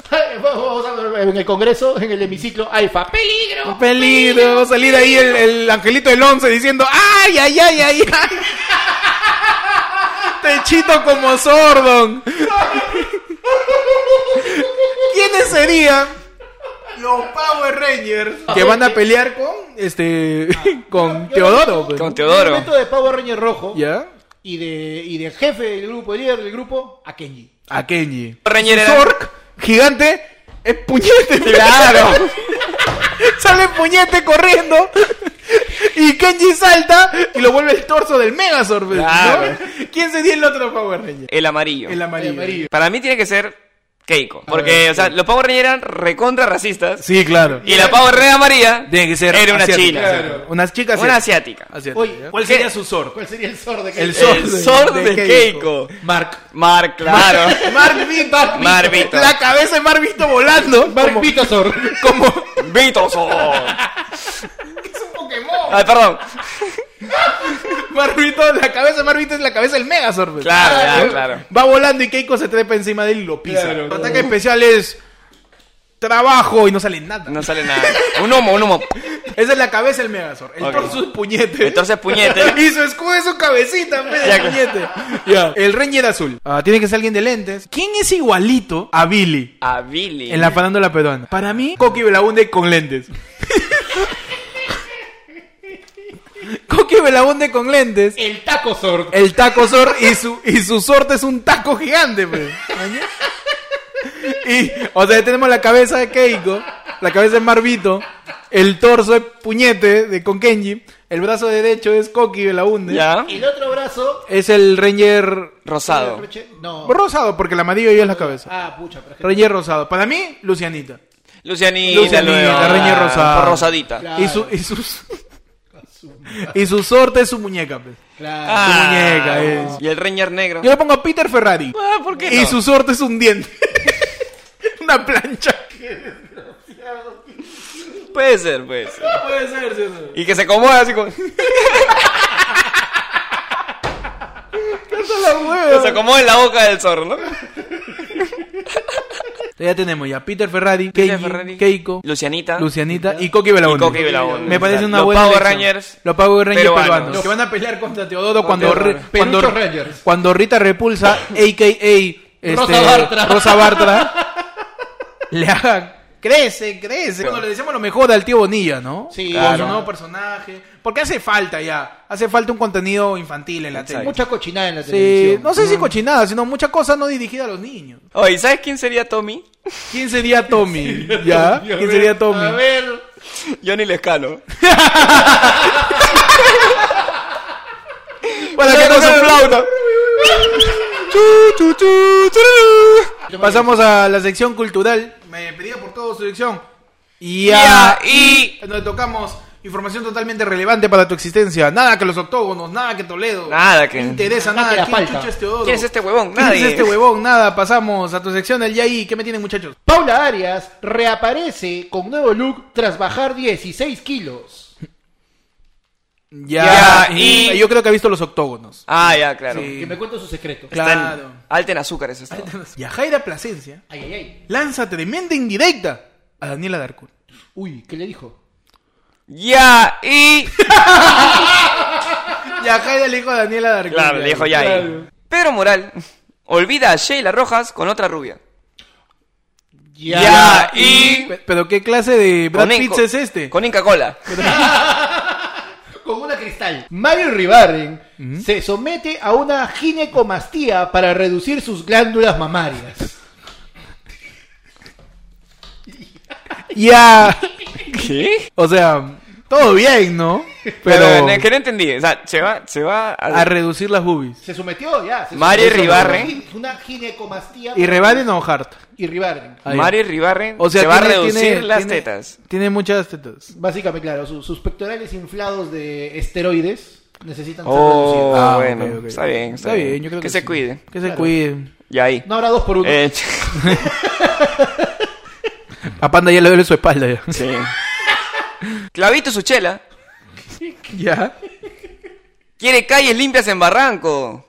[SPEAKER 3] [LAUGHS] Vamos a ver en el congreso, en el hemiciclo Alfa. ¡Peligro!
[SPEAKER 1] Un peligro, va a salir ahí el, el angelito del 11 diciendo, ay, ay, ay, ay, ay. [LAUGHS] Techito como Sordon. [LAUGHS] ¿Quiénes serían los Power Rangers que van a pelear con este [LAUGHS] con Teodoro? pues?
[SPEAKER 2] Con
[SPEAKER 3] El
[SPEAKER 2] Teodoro.
[SPEAKER 3] momento de Power Ranger rojo
[SPEAKER 1] ¿Ya?
[SPEAKER 3] y de y del jefe del grupo, el líder del grupo, a Kenji.
[SPEAKER 1] A Kenji.
[SPEAKER 2] Ranger era-
[SPEAKER 1] Zork, gigante, es puñete.
[SPEAKER 2] Claro.
[SPEAKER 1] Sale puñete corriendo. Y Kenji salta y lo vuelve el torso del Megazord. ¿no?
[SPEAKER 2] Claro.
[SPEAKER 1] ¿Quién sería el otro Power Ranger?
[SPEAKER 2] El amarillo.
[SPEAKER 1] El amarillo.
[SPEAKER 3] El amarillo.
[SPEAKER 2] Para mí tiene que ser Keiko. Porque, o sea, los Power Rangers eran recontra racistas.
[SPEAKER 1] Sí, claro.
[SPEAKER 2] Y la Power Ranger amarilla
[SPEAKER 1] Tiene que ser
[SPEAKER 2] era una
[SPEAKER 1] asiática.
[SPEAKER 2] china.
[SPEAKER 1] Claro. Una chica
[SPEAKER 2] Una asiática.
[SPEAKER 1] asiática.
[SPEAKER 3] Oye,
[SPEAKER 1] ¿cuál sería su Zork?
[SPEAKER 3] ¿Cuál sería el sordo de Kenji?
[SPEAKER 1] El Zork,
[SPEAKER 2] El Zork de Keiko.
[SPEAKER 1] Mark.
[SPEAKER 2] Mar, [LAUGHS] claro.
[SPEAKER 1] [LAUGHS] Marvito.
[SPEAKER 2] Marvito.
[SPEAKER 1] La cabeza de Marvito volando. [LAUGHS]
[SPEAKER 3] Mark Vitazor.
[SPEAKER 1] Como, como
[SPEAKER 2] [LAUGHS] Vitoso.
[SPEAKER 3] es un Pokémon.
[SPEAKER 2] Ay, perdón.
[SPEAKER 1] Marvito, la cabeza de Marvito es la cabeza del Megazord. pues.
[SPEAKER 2] Claro, claro, claro.
[SPEAKER 1] Va volando y Keiko se trepa encima de él y lo pisa.
[SPEAKER 3] Claro,
[SPEAKER 1] Su
[SPEAKER 3] claro.
[SPEAKER 1] ataque especial es. trabajo y no sale nada.
[SPEAKER 2] No sale nada. Un humo, un humo.
[SPEAKER 1] Esa es la cabeza del Megazord. El
[SPEAKER 2] Ok.
[SPEAKER 1] torso es puñete.
[SPEAKER 2] Entonces, puñete.
[SPEAKER 1] [LAUGHS] y su escudo es su cabecita, en vez de
[SPEAKER 2] Ya.
[SPEAKER 1] puñete. Ya. El Ranger azul. Ah, tiene que ser alguien de lentes. ¿Quién es igualito a Billy
[SPEAKER 2] A Billy.
[SPEAKER 1] en la farándula peruana? Para mí, Coqui Belaunde con lentes. [LAUGHS] Coqui Belaunde con lentes.
[SPEAKER 3] El taco sordo.
[SPEAKER 1] El taco sor y su, y su sorte es un taco gigante, pues. Y, o sea, tenemos la cabeza de Keiko, la cabeza de Marvito, el torso es puñete de con Kenji, el brazo derecho es Koki Belaunde.
[SPEAKER 2] ¿Ya?
[SPEAKER 3] El otro brazo.
[SPEAKER 1] Es el Ranger
[SPEAKER 2] Rosado.
[SPEAKER 3] No.
[SPEAKER 1] rosado, porque el amarillo ya es la cabeza.
[SPEAKER 3] Ah, pucha, pero es que-
[SPEAKER 1] Ranger rosado. Para mí, Lucianita.
[SPEAKER 2] Lucianita,
[SPEAKER 1] Lucianita,
[SPEAKER 2] luego.
[SPEAKER 1] Reñe
[SPEAKER 2] Ah,
[SPEAKER 1] Rosado.
[SPEAKER 2] por Rosadita.
[SPEAKER 3] Claro.
[SPEAKER 1] Y su, y sus, [LAUGHS] y su sorte es su muñeca, pues.
[SPEAKER 3] Claro.
[SPEAKER 2] Ah,
[SPEAKER 1] muñeca es.
[SPEAKER 2] Y el Ranger negro.
[SPEAKER 1] Yo le pongo Peter Ferrari.
[SPEAKER 2] Ah, ¿por qué
[SPEAKER 1] y
[SPEAKER 2] no?
[SPEAKER 1] su sorte es un diente. [LAUGHS] Una plancha.
[SPEAKER 2] Puede ser, puede ser.
[SPEAKER 1] pues. Puede ser, César.
[SPEAKER 2] Y que se acomoda
[SPEAKER 1] [LAUGHS]
[SPEAKER 2] así como.
[SPEAKER 1] Esa es la hueva.
[SPEAKER 2] se acomoda en la boca del zorro, ¿no?
[SPEAKER 1] Ya tenemos ya Peter Ferrari,
[SPEAKER 2] Peter
[SPEAKER 1] Kenji,
[SPEAKER 2] Ferrari.
[SPEAKER 1] Keiko,
[SPEAKER 2] Lucianita.
[SPEAKER 1] Lucianita y Coqui Belaunde.
[SPEAKER 2] Y Coqui Belaunde.
[SPEAKER 1] Me parece una
[SPEAKER 2] Los
[SPEAKER 1] buena
[SPEAKER 2] Power
[SPEAKER 1] elección.
[SPEAKER 2] Rangers
[SPEAKER 1] Los Power Rangers peruanos.
[SPEAKER 2] peruanos.
[SPEAKER 1] Que van a pelear contra Teodoro cuando,
[SPEAKER 2] Teodoro.
[SPEAKER 1] Ri- cuando,
[SPEAKER 3] Peruchos Rangers.
[SPEAKER 1] cuando Rita repulsa, a.k.a. este,
[SPEAKER 3] Rosa Bartra.
[SPEAKER 1] Rosa [LAUGHS] Bartra, le haga... Crece, crece. Bueno, le deseamos lo mejor al tío Bonilla, ¿no?
[SPEAKER 3] Sí.
[SPEAKER 1] Con
[SPEAKER 3] Claro.
[SPEAKER 1] su nuevo personaje. Porque hace falta ya. Hace falta un contenido infantil en la
[SPEAKER 2] Exacto.
[SPEAKER 1] tele.
[SPEAKER 3] Mucha cochinada en la
[SPEAKER 1] Sí,
[SPEAKER 3] televisión. [LAUGHS]
[SPEAKER 1] no sé si cochinada, sino mucha cosa no dirigida a los niños.
[SPEAKER 2] Oye, ¿sabes quién sería Tommy?
[SPEAKER 1] ¿Quién sería Tommy? ¿Ya?
[SPEAKER 3] A
[SPEAKER 1] ¿Quién
[SPEAKER 3] ver,
[SPEAKER 1] sería Tommy?
[SPEAKER 3] A ver.
[SPEAKER 2] Johnny Lescano.
[SPEAKER 1] Para que no se aplauda. Pasamos a la sección cultural. Me pedía por todo su sección. Y
[SPEAKER 2] Ya,
[SPEAKER 1] ahí
[SPEAKER 2] y-
[SPEAKER 1] donde tocamos información totalmente relevante para tu existencia. Nada que los octógonos, nada que Toledo.
[SPEAKER 2] Nada que-
[SPEAKER 1] No interesa
[SPEAKER 3] Nada que
[SPEAKER 1] nada.
[SPEAKER 3] la
[SPEAKER 1] ¿Quién
[SPEAKER 3] falta.
[SPEAKER 1] chucha es Teodoro?
[SPEAKER 2] ¿Quién es este huevón?
[SPEAKER 1] ¿Quién
[SPEAKER 2] Nadie.
[SPEAKER 1] es este huevón? Nada. Pasamos a tu sección del Yaí. ¿Qué me tienen, muchachos?
[SPEAKER 3] Paula Arias reaparece con nuevo look tras bajar 16 kilos.
[SPEAKER 1] Ya.
[SPEAKER 2] Ya, y-
[SPEAKER 1] Yo creo que ha visto los octógonos.
[SPEAKER 2] Ah, ya, claro.
[SPEAKER 1] Sí.
[SPEAKER 3] Que me cuento su secreto.
[SPEAKER 1] Claro.
[SPEAKER 2] Está en- alta en azúcar eso está.
[SPEAKER 1] Yajaira Plasencia
[SPEAKER 3] Ay, ay, ay.
[SPEAKER 1] lanza tremenda indirecta a Daniela Darkul.
[SPEAKER 3] Uy, ¿qué le dijo?
[SPEAKER 2] Ya, y...
[SPEAKER 1] Yajaira le dijo a Daniela Darkul.
[SPEAKER 2] Claro, le dijo ya, y...
[SPEAKER 1] Claro.
[SPEAKER 2] Pedro Moral olvida a Sheila Rojas con otra rubia.
[SPEAKER 3] Ya.
[SPEAKER 2] Ya, y...
[SPEAKER 1] Pe- Pero qué clase de Brad
[SPEAKER 2] Con
[SPEAKER 1] Pitt
[SPEAKER 2] Inco-
[SPEAKER 1] es este.
[SPEAKER 2] Con Inca Cola.
[SPEAKER 3] Con una cristal. Mario Ribarren se somete a una ginecomastía para reducir sus glándulas mamarias.
[SPEAKER 1] Ya.
[SPEAKER 2] ¿Qué?
[SPEAKER 1] O sea, todo bien, ¿no?
[SPEAKER 2] Pero,
[SPEAKER 1] Pero
[SPEAKER 2] es que no entendí. O sea, se va, se va a...
[SPEAKER 1] a reducir las boobies.
[SPEAKER 3] Se sometió ya. se
[SPEAKER 2] Mario
[SPEAKER 3] sometió a una
[SPEAKER 2] Ribarren.
[SPEAKER 3] gin- Una ginecomastía.
[SPEAKER 1] Y Rebane no Hart.
[SPEAKER 3] Y Ribarren.
[SPEAKER 1] Ahí.
[SPEAKER 2] Mari Ribarren
[SPEAKER 1] O sea,
[SPEAKER 2] se va a
[SPEAKER 1] tiene-
[SPEAKER 2] reducir
[SPEAKER 1] tiene-
[SPEAKER 2] las
[SPEAKER 1] tiene-
[SPEAKER 2] tetas.
[SPEAKER 1] Tiene muchas tetas.
[SPEAKER 3] Básicamente, claro, su- sus pectorales inflados de esteroides necesitan ser
[SPEAKER 2] Oh,
[SPEAKER 3] reducidos.
[SPEAKER 1] Ah,
[SPEAKER 2] bueno.
[SPEAKER 1] ok, ok.
[SPEAKER 2] Está bien, está, bien.
[SPEAKER 1] yo creo
[SPEAKER 2] que,
[SPEAKER 1] que
[SPEAKER 2] se
[SPEAKER 1] sí.
[SPEAKER 2] cuide.
[SPEAKER 1] Que se
[SPEAKER 3] Claro.
[SPEAKER 1] cuiden.
[SPEAKER 2] Y ahí.
[SPEAKER 3] No habrá dos por uno.
[SPEAKER 2] Eh, [LAUGHS]
[SPEAKER 1] A Panda ya le duele su espalda
[SPEAKER 2] [LAUGHS]
[SPEAKER 1] ya.
[SPEAKER 2] sí. Clavito Suchela
[SPEAKER 1] ya.
[SPEAKER 2] quiere calles limpias en Barranco.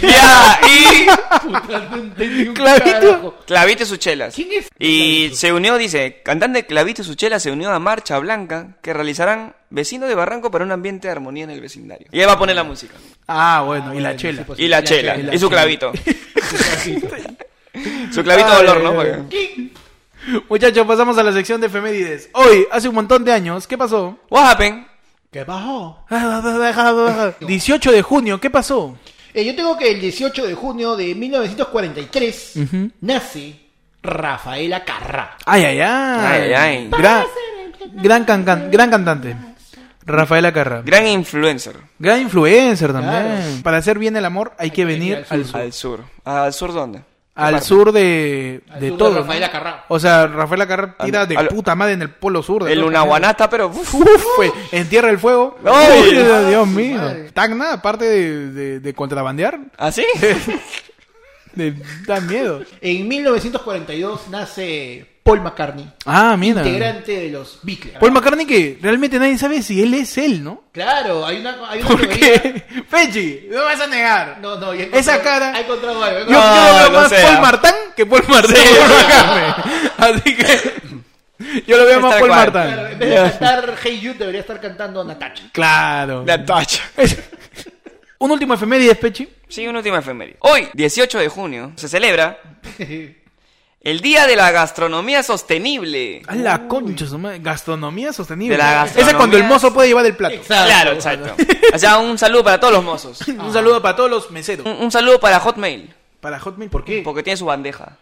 [SPEAKER 2] Ya, y...
[SPEAKER 3] Puta, no entendí un
[SPEAKER 1] Clavito.
[SPEAKER 3] carajo.
[SPEAKER 2] Clavito Suchelas.
[SPEAKER 3] ¿Quién es?
[SPEAKER 2] Y se unió, dice, cantante Clavito Suchela se unió a Marcha Blanca que realizarán vecinos de Barranco para un ambiente de armonía en el vecindario. Y él va a poner la música.
[SPEAKER 1] Ah, bueno, y la
[SPEAKER 3] bueno,
[SPEAKER 1] chela.
[SPEAKER 3] sí, pues.
[SPEAKER 2] Y la chela.
[SPEAKER 3] chela,
[SPEAKER 2] Y su
[SPEAKER 3] chela.
[SPEAKER 2] clavito. su clavito
[SPEAKER 1] Ay,
[SPEAKER 2] de olor,
[SPEAKER 1] ay,
[SPEAKER 2] ¿no?
[SPEAKER 1] ay.
[SPEAKER 2] Porque-
[SPEAKER 1] Muchachos, pasamos a la sección de efemérides. Hoy, hace un montón de años, ¿qué pasó?
[SPEAKER 2] What happened?
[SPEAKER 3] ¿Qué pasó?
[SPEAKER 1] [LAUGHS] 18 de junio, ¿qué pasó?
[SPEAKER 3] Eh, yo tengo que el 18 de junio de 1943 nace Rafaela Carrá.
[SPEAKER 1] Ay, ay, ay.
[SPEAKER 2] Ay, ay.
[SPEAKER 1] Gran, gran, can- can- gran cantante. Rafaela Carrá.
[SPEAKER 2] Gran influencer.
[SPEAKER 1] Gran influencer también.
[SPEAKER 3] Claro.
[SPEAKER 1] Para hacer bien el amor hay que venir al sur.
[SPEAKER 2] Al sur. ¿Al sur dónde?
[SPEAKER 1] Al sur de,
[SPEAKER 3] Al
[SPEAKER 1] de
[SPEAKER 3] sur de
[SPEAKER 1] todo. ¿no?
[SPEAKER 3] Rafaela Carrá.
[SPEAKER 1] O sea, Rafaela Carrá tira
[SPEAKER 2] Al-
[SPEAKER 1] de
[SPEAKER 2] al-
[SPEAKER 1] puta madre en el polo sur. de
[SPEAKER 2] El
[SPEAKER 1] todo.
[SPEAKER 2] Unaguanata, pero... uf,
[SPEAKER 1] Uf, fue. En Tierra del Fuego.
[SPEAKER 2] Ay.
[SPEAKER 1] Uy, Dios mío.
[SPEAKER 3] madre.
[SPEAKER 1] Tacna, aparte de, de- de contrabandear,
[SPEAKER 2] ¿Así?
[SPEAKER 1] de- da miedo.
[SPEAKER 3] En 1942 nace Paul McCartney,
[SPEAKER 1] Ah, mira.
[SPEAKER 3] integrante de los Beatles.
[SPEAKER 1] Paul McCartney que realmente nadie sabe si él es él,
[SPEAKER 2] [LAUGHS]
[SPEAKER 1] ¿no?
[SPEAKER 3] Claro, hay una, hay una
[SPEAKER 1] ¿Por
[SPEAKER 3] teoría-
[SPEAKER 1] qué? [LAUGHS] Fechi, no vas a negar.
[SPEAKER 3] No, no, ya he
[SPEAKER 1] Esa
[SPEAKER 3] encontrado-
[SPEAKER 1] cara-
[SPEAKER 3] ha encontrado algo. ha
[SPEAKER 1] Yo,
[SPEAKER 3] encontrado-
[SPEAKER 1] yo
[SPEAKER 2] No,
[SPEAKER 1] lo veo
[SPEAKER 2] no
[SPEAKER 1] más
[SPEAKER 2] sea.
[SPEAKER 1] Paul Martán que Paul Martán. que Paul McCartney. [LAUGHS] Así que [LAUGHS] yo lo veo
[SPEAKER 2] Es
[SPEAKER 1] más
[SPEAKER 2] tal
[SPEAKER 1] Paul
[SPEAKER 2] cual.
[SPEAKER 3] Claro,
[SPEAKER 1] Martán.
[SPEAKER 3] en vez de cantar Hey You, debería estar cantando Natacha.
[SPEAKER 1] Claro.
[SPEAKER 2] [LAUGHS] La tacha.
[SPEAKER 1] [LAUGHS] Un último efeméride, Pechi.
[SPEAKER 2] Sí, una última efeméride. Hoy, 18 de junio, se celebra el Día de la Gastronomía Sostenible.
[SPEAKER 1] A la concha, su madre. gastronomía sostenible.
[SPEAKER 2] De la gastronomía-
[SPEAKER 1] Esa es cuando el mozo puede llevar el plato.
[SPEAKER 2] Claro, exacto. O sea, un saludo para todos los mozos. Un,
[SPEAKER 1] Un saludo para todos los meseros.
[SPEAKER 2] un saludo para Hotmail,
[SPEAKER 1] Para Hotmail, ¿por qué?
[SPEAKER 2] porque tiene su bandeja.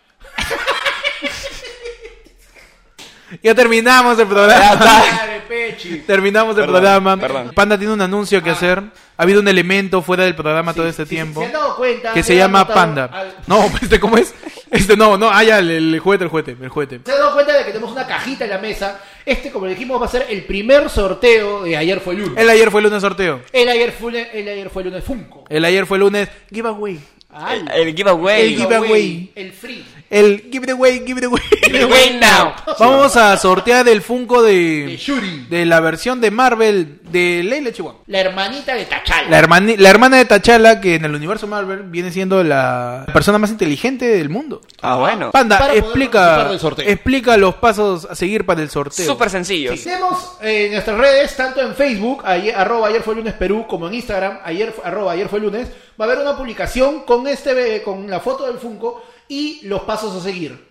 [SPEAKER 1] Ya terminamos el
[SPEAKER 2] Ya
[SPEAKER 1] programa. [LAUGHS]
[SPEAKER 2] está.
[SPEAKER 3] Dale, Pechi. Ah.
[SPEAKER 1] Terminamos el
[SPEAKER 2] Perdón,
[SPEAKER 1] programa.
[SPEAKER 2] perdón.
[SPEAKER 1] Panda tiene un anuncio que hacer. Ha habido un elemento fuera del programa todo este
[SPEAKER 3] Sí,
[SPEAKER 1] tiempo.
[SPEAKER 3] ¿Se han dado cuenta?
[SPEAKER 1] que se
[SPEAKER 3] ¿Han
[SPEAKER 1] llama
[SPEAKER 3] notado
[SPEAKER 1] Panda.
[SPEAKER 3] al-
[SPEAKER 1] No, [LAUGHS] este, ¿cómo es? Este, no, no, ah, ya, el, el juguete, el juguete, el juguete.
[SPEAKER 3] ¿Se han dado cuenta de que tenemos una cajita en la mesa? Este, como le dijimos, va a ser el primer sorteo de ayer fue lunes.
[SPEAKER 1] El ayer fue lunes sorteo.
[SPEAKER 3] El ayer fue, el ayer fue lunes Funko.
[SPEAKER 1] El ayer fue lunes giveaway.
[SPEAKER 3] Ay,
[SPEAKER 2] El giveaway.
[SPEAKER 1] El giveaway.
[SPEAKER 3] El free. [LAUGHS]
[SPEAKER 1] El give it away, give it away.
[SPEAKER 2] Giveaway now.
[SPEAKER 1] Vamos a sortear el Funko
[SPEAKER 3] De
[SPEAKER 1] de,
[SPEAKER 3] Shuri.
[SPEAKER 1] de la versión de Marvel de Leila Chihuahua.
[SPEAKER 3] La hermanita de Tachala.
[SPEAKER 1] La, hermani- la hermana de T'Challa, que en el universo Marvel viene siendo la persona más inteligente del mundo.
[SPEAKER 2] Ah, bueno.
[SPEAKER 1] Panda,
[SPEAKER 3] Para poder participar
[SPEAKER 1] explica,
[SPEAKER 3] del sorteo.
[SPEAKER 1] explica los pasos a seguir para el sorteo.
[SPEAKER 2] Súper sencillo.
[SPEAKER 3] Tenemos eh, en nuestras redes, tanto en Facebook, ayer, arroba ayer fue lunes Perú, como en Instagram, ayer, fu- arroba ayer fue lunes, va a haber una publicación con, este, eh, con la foto del Funko y los pasos a seguir.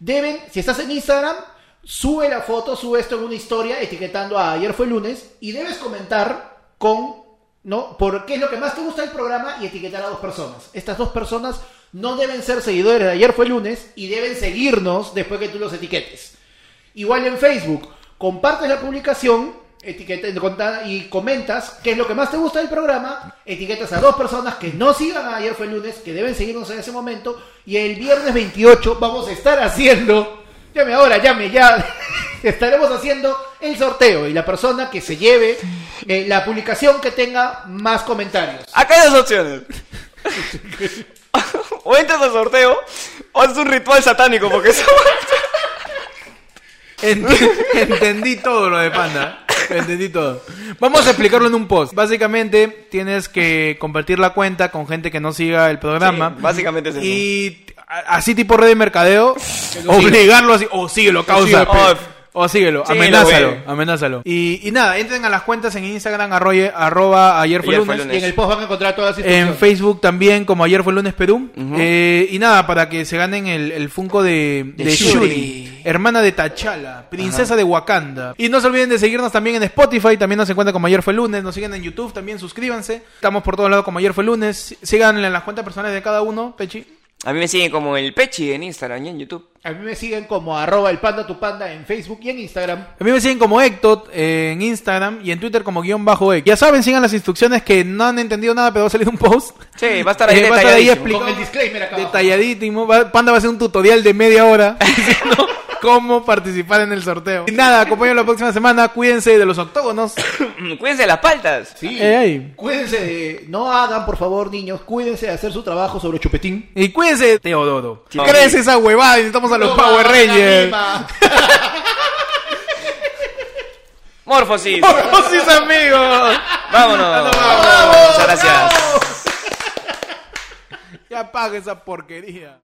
[SPEAKER 3] Deben, si estás en Instagram, sube la foto, sube esto en una historia etiquetando a ayer fue lunes y debes comentar con, ¿no? ¿Por qué es lo que más te gusta del programa y etiquetar a dos personas? Estas dos personas no deben ser seguidores de ayer fue lunes y deben seguirnos después que tú los etiquetes. Igual en Facebook, compartes la publicación etiqueta, conta- y comentas qué es lo que más te gusta del programa, etiquetas a dos personas que no sigan a ayer fue el lunes, que deben seguirnos en ese momento, y el viernes 28 vamos a estar haciendo, llame ahora, llame ya, [LAUGHS] estaremos haciendo el sorteo y la persona que se lleve eh, la publicación que tenga más comentarios.
[SPEAKER 2] Acá hay dos opciones. [LAUGHS] o entras al sorteo o haces un ritual satánico porque eso...
[SPEAKER 1] Ent- [LAUGHS] Entendí todo lo de Panda. Entendí todo. Vamos a explicarlo en un post. Básicamente, tienes que compartir la cuenta con gente que no siga el programa.
[SPEAKER 2] Sí, básicamente es eso.
[SPEAKER 1] Y a- así tipo red de mercadeo, obligarlo así. O síguelo, causa.
[SPEAKER 2] siga, pe.
[SPEAKER 1] O síguelo,
[SPEAKER 2] Síguelo,
[SPEAKER 1] amenázalo,
[SPEAKER 2] güey.
[SPEAKER 1] amenázalo. Y, y nada, entren a las cuentas en Instagram, arroye- arroba ayer fue
[SPEAKER 2] Ayer fue
[SPEAKER 1] lunes.
[SPEAKER 2] lunes.
[SPEAKER 3] Y en el post van a encontrar todas las
[SPEAKER 1] En
[SPEAKER 3] instrucciones.
[SPEAKER 1] Facebook también, como ayer fue el lunes Perú. Eh, y nada, para que se ganen el, el Funko de,
[SPEAKER 2] De
[SPEAKER 1] de
[SPEAKER 2] Shuri.
[SPEAKER 1] Shuri. hermana de Tachala, princesa de Wakanda. Y no se olviden de seguirnos también en Spotify, también nos encuentran como ayer fue el lunes. Nos siguen en YouTube, también suscríbanse. Estamos por todos lados como ayer fue el lunes. Síganle en las cuentas personales de cada uno, Pechi.
[SPEAKER 2] A mí me siguen como el Pechi en Instagram y en YouTube.
[SPEAKER 3] A mí me siguen como arroba el panda tu panda en Facebook y en Instagram.
[SPEAKER 1] A mí me siguen como Ectot eh, en Instagram y en Twitter como guión bajo Ect. Ya saben, sigan las instrucciones que no han entendido nada, pero va a salir un post.
[SPEAKER 2] Sí, [LAUGHS] va a estar ahí
[SPEAKER 1] Eh, va a estar ahí
[SPEAKER 2] detalladísimo.
[SPEAKER 1] explicado.
[SPEAKER 3] Con el disclaimer acá abajo.
[SPEAKER 1] detalladísimo. Va- Panda va a hacer un tutorial de media
[SPEAKER 3] [LAUGHS]
[SPEAKER 1] hora diciendo cómo participar en el sorteo. Y nada, acompáñenlo la próxima semana. Cuídense de los octógonos.
[SPEAKER 2] Cuídense de las paltas.
[SPEAKER 3] Sí.
[SPEAKER 1] Eh, ahí.
[SPEAKER 3] Cuídense de- No hagan, por favor, niños. Cuídense de hacer su trabajo sobre Chupetín.
[SPEAKER 1] Y cuídense, Teodoro.
[SPEAKER 2] Sí.
[SPEAKER 1] Crees esa huevada. Necesitamos a los
[SPEAKER 3] No,
[SPEAKER 1] Power
[SPEAKER 3] la
[SPEAKER 1] Rangers.
[SPEAKER 3] misma.
[SPEAKER 1] [LAUGHS]
[SPEAKER 2] Morfosis.
[SPEAKER 1] ¡Oh, sí, amigos!
[SPEAKER 2] Vámonos. Muchas gracias.
[SPEAKER 1] Ya apaga esa porquería.